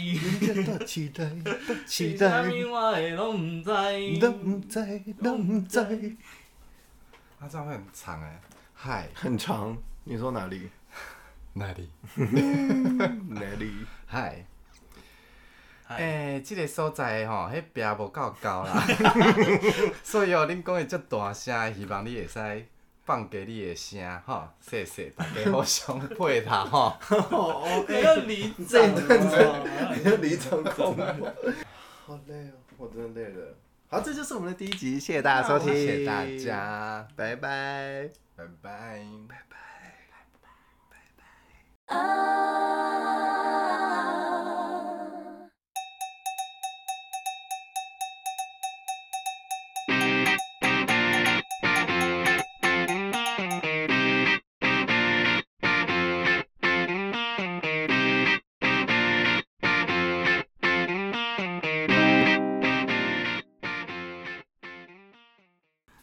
Speaker 1: 多期待，多期
Speaker 4: 是啥
Speaker 1: 待，
Speaker 4: 物我会拢毋知。
Speaker 1: 都唔知，都唔知。
Speaker 5: 他这样会很长哎，嗨，
Speaker 1: 很长，你说哪里？
Speaker 5: 那里？
Speaker 1: 哪里？
Speaker 5: 嗨。
Speaker 4: 嗨
Speaker 5: 诶、即、个所在吼，迄壁无够高啦， *laughs* 所以哦，恁讲的遮大声，希望你会使放低你的声吼，谢谢大家互相配合吼。
Speaker 1: 哦，
Speaker 4: 没有理
Speaker 1: 这
Speaker 4: 这
Speaker 1: 一段真的离场恐怖。 *laughs* 好累哦，我真的累了。好，这就是我们的第一集，谢谢 *laughs* 大家收听，
Speaker 5: 谢谢大，家，
Speaker 1: 拜拜。
Speaker 5: 拜拜，拜拜。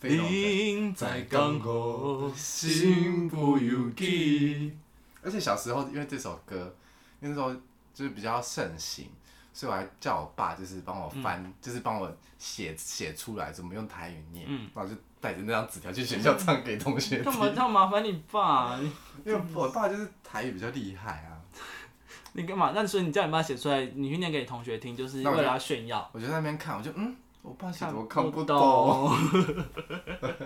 Speaker 4: 人在江湖，身不由己。
Speaker 5: 而且小时候因为这首歌，那时候就是比较盛行，所以我还叫我爸就是帮我翻，
Speaker 4: 嗯
Speaker 5: 就是帮我写写出来，怎么用台语念，
Speaker 4: 嗯
Speaker 5: 然后就带着那张纸条去学校唱给同学
Speaker 4: 干嘛
Speaker 5: 听。
Speaker 4: 这样麻烦你爸？你
Speaker 5: 因为我爸就是台语比较厉害啊，
Speaker 4: 你干嘛？那所以你叫你爸写出来，你去念给你同学听，就是为了要炫耀。
Speaker 5: 我就在那边看，我就嗯，我爸写的我
Speaker 4: 看
Speaker 5: 看不懂。
Speaker 4: 懂。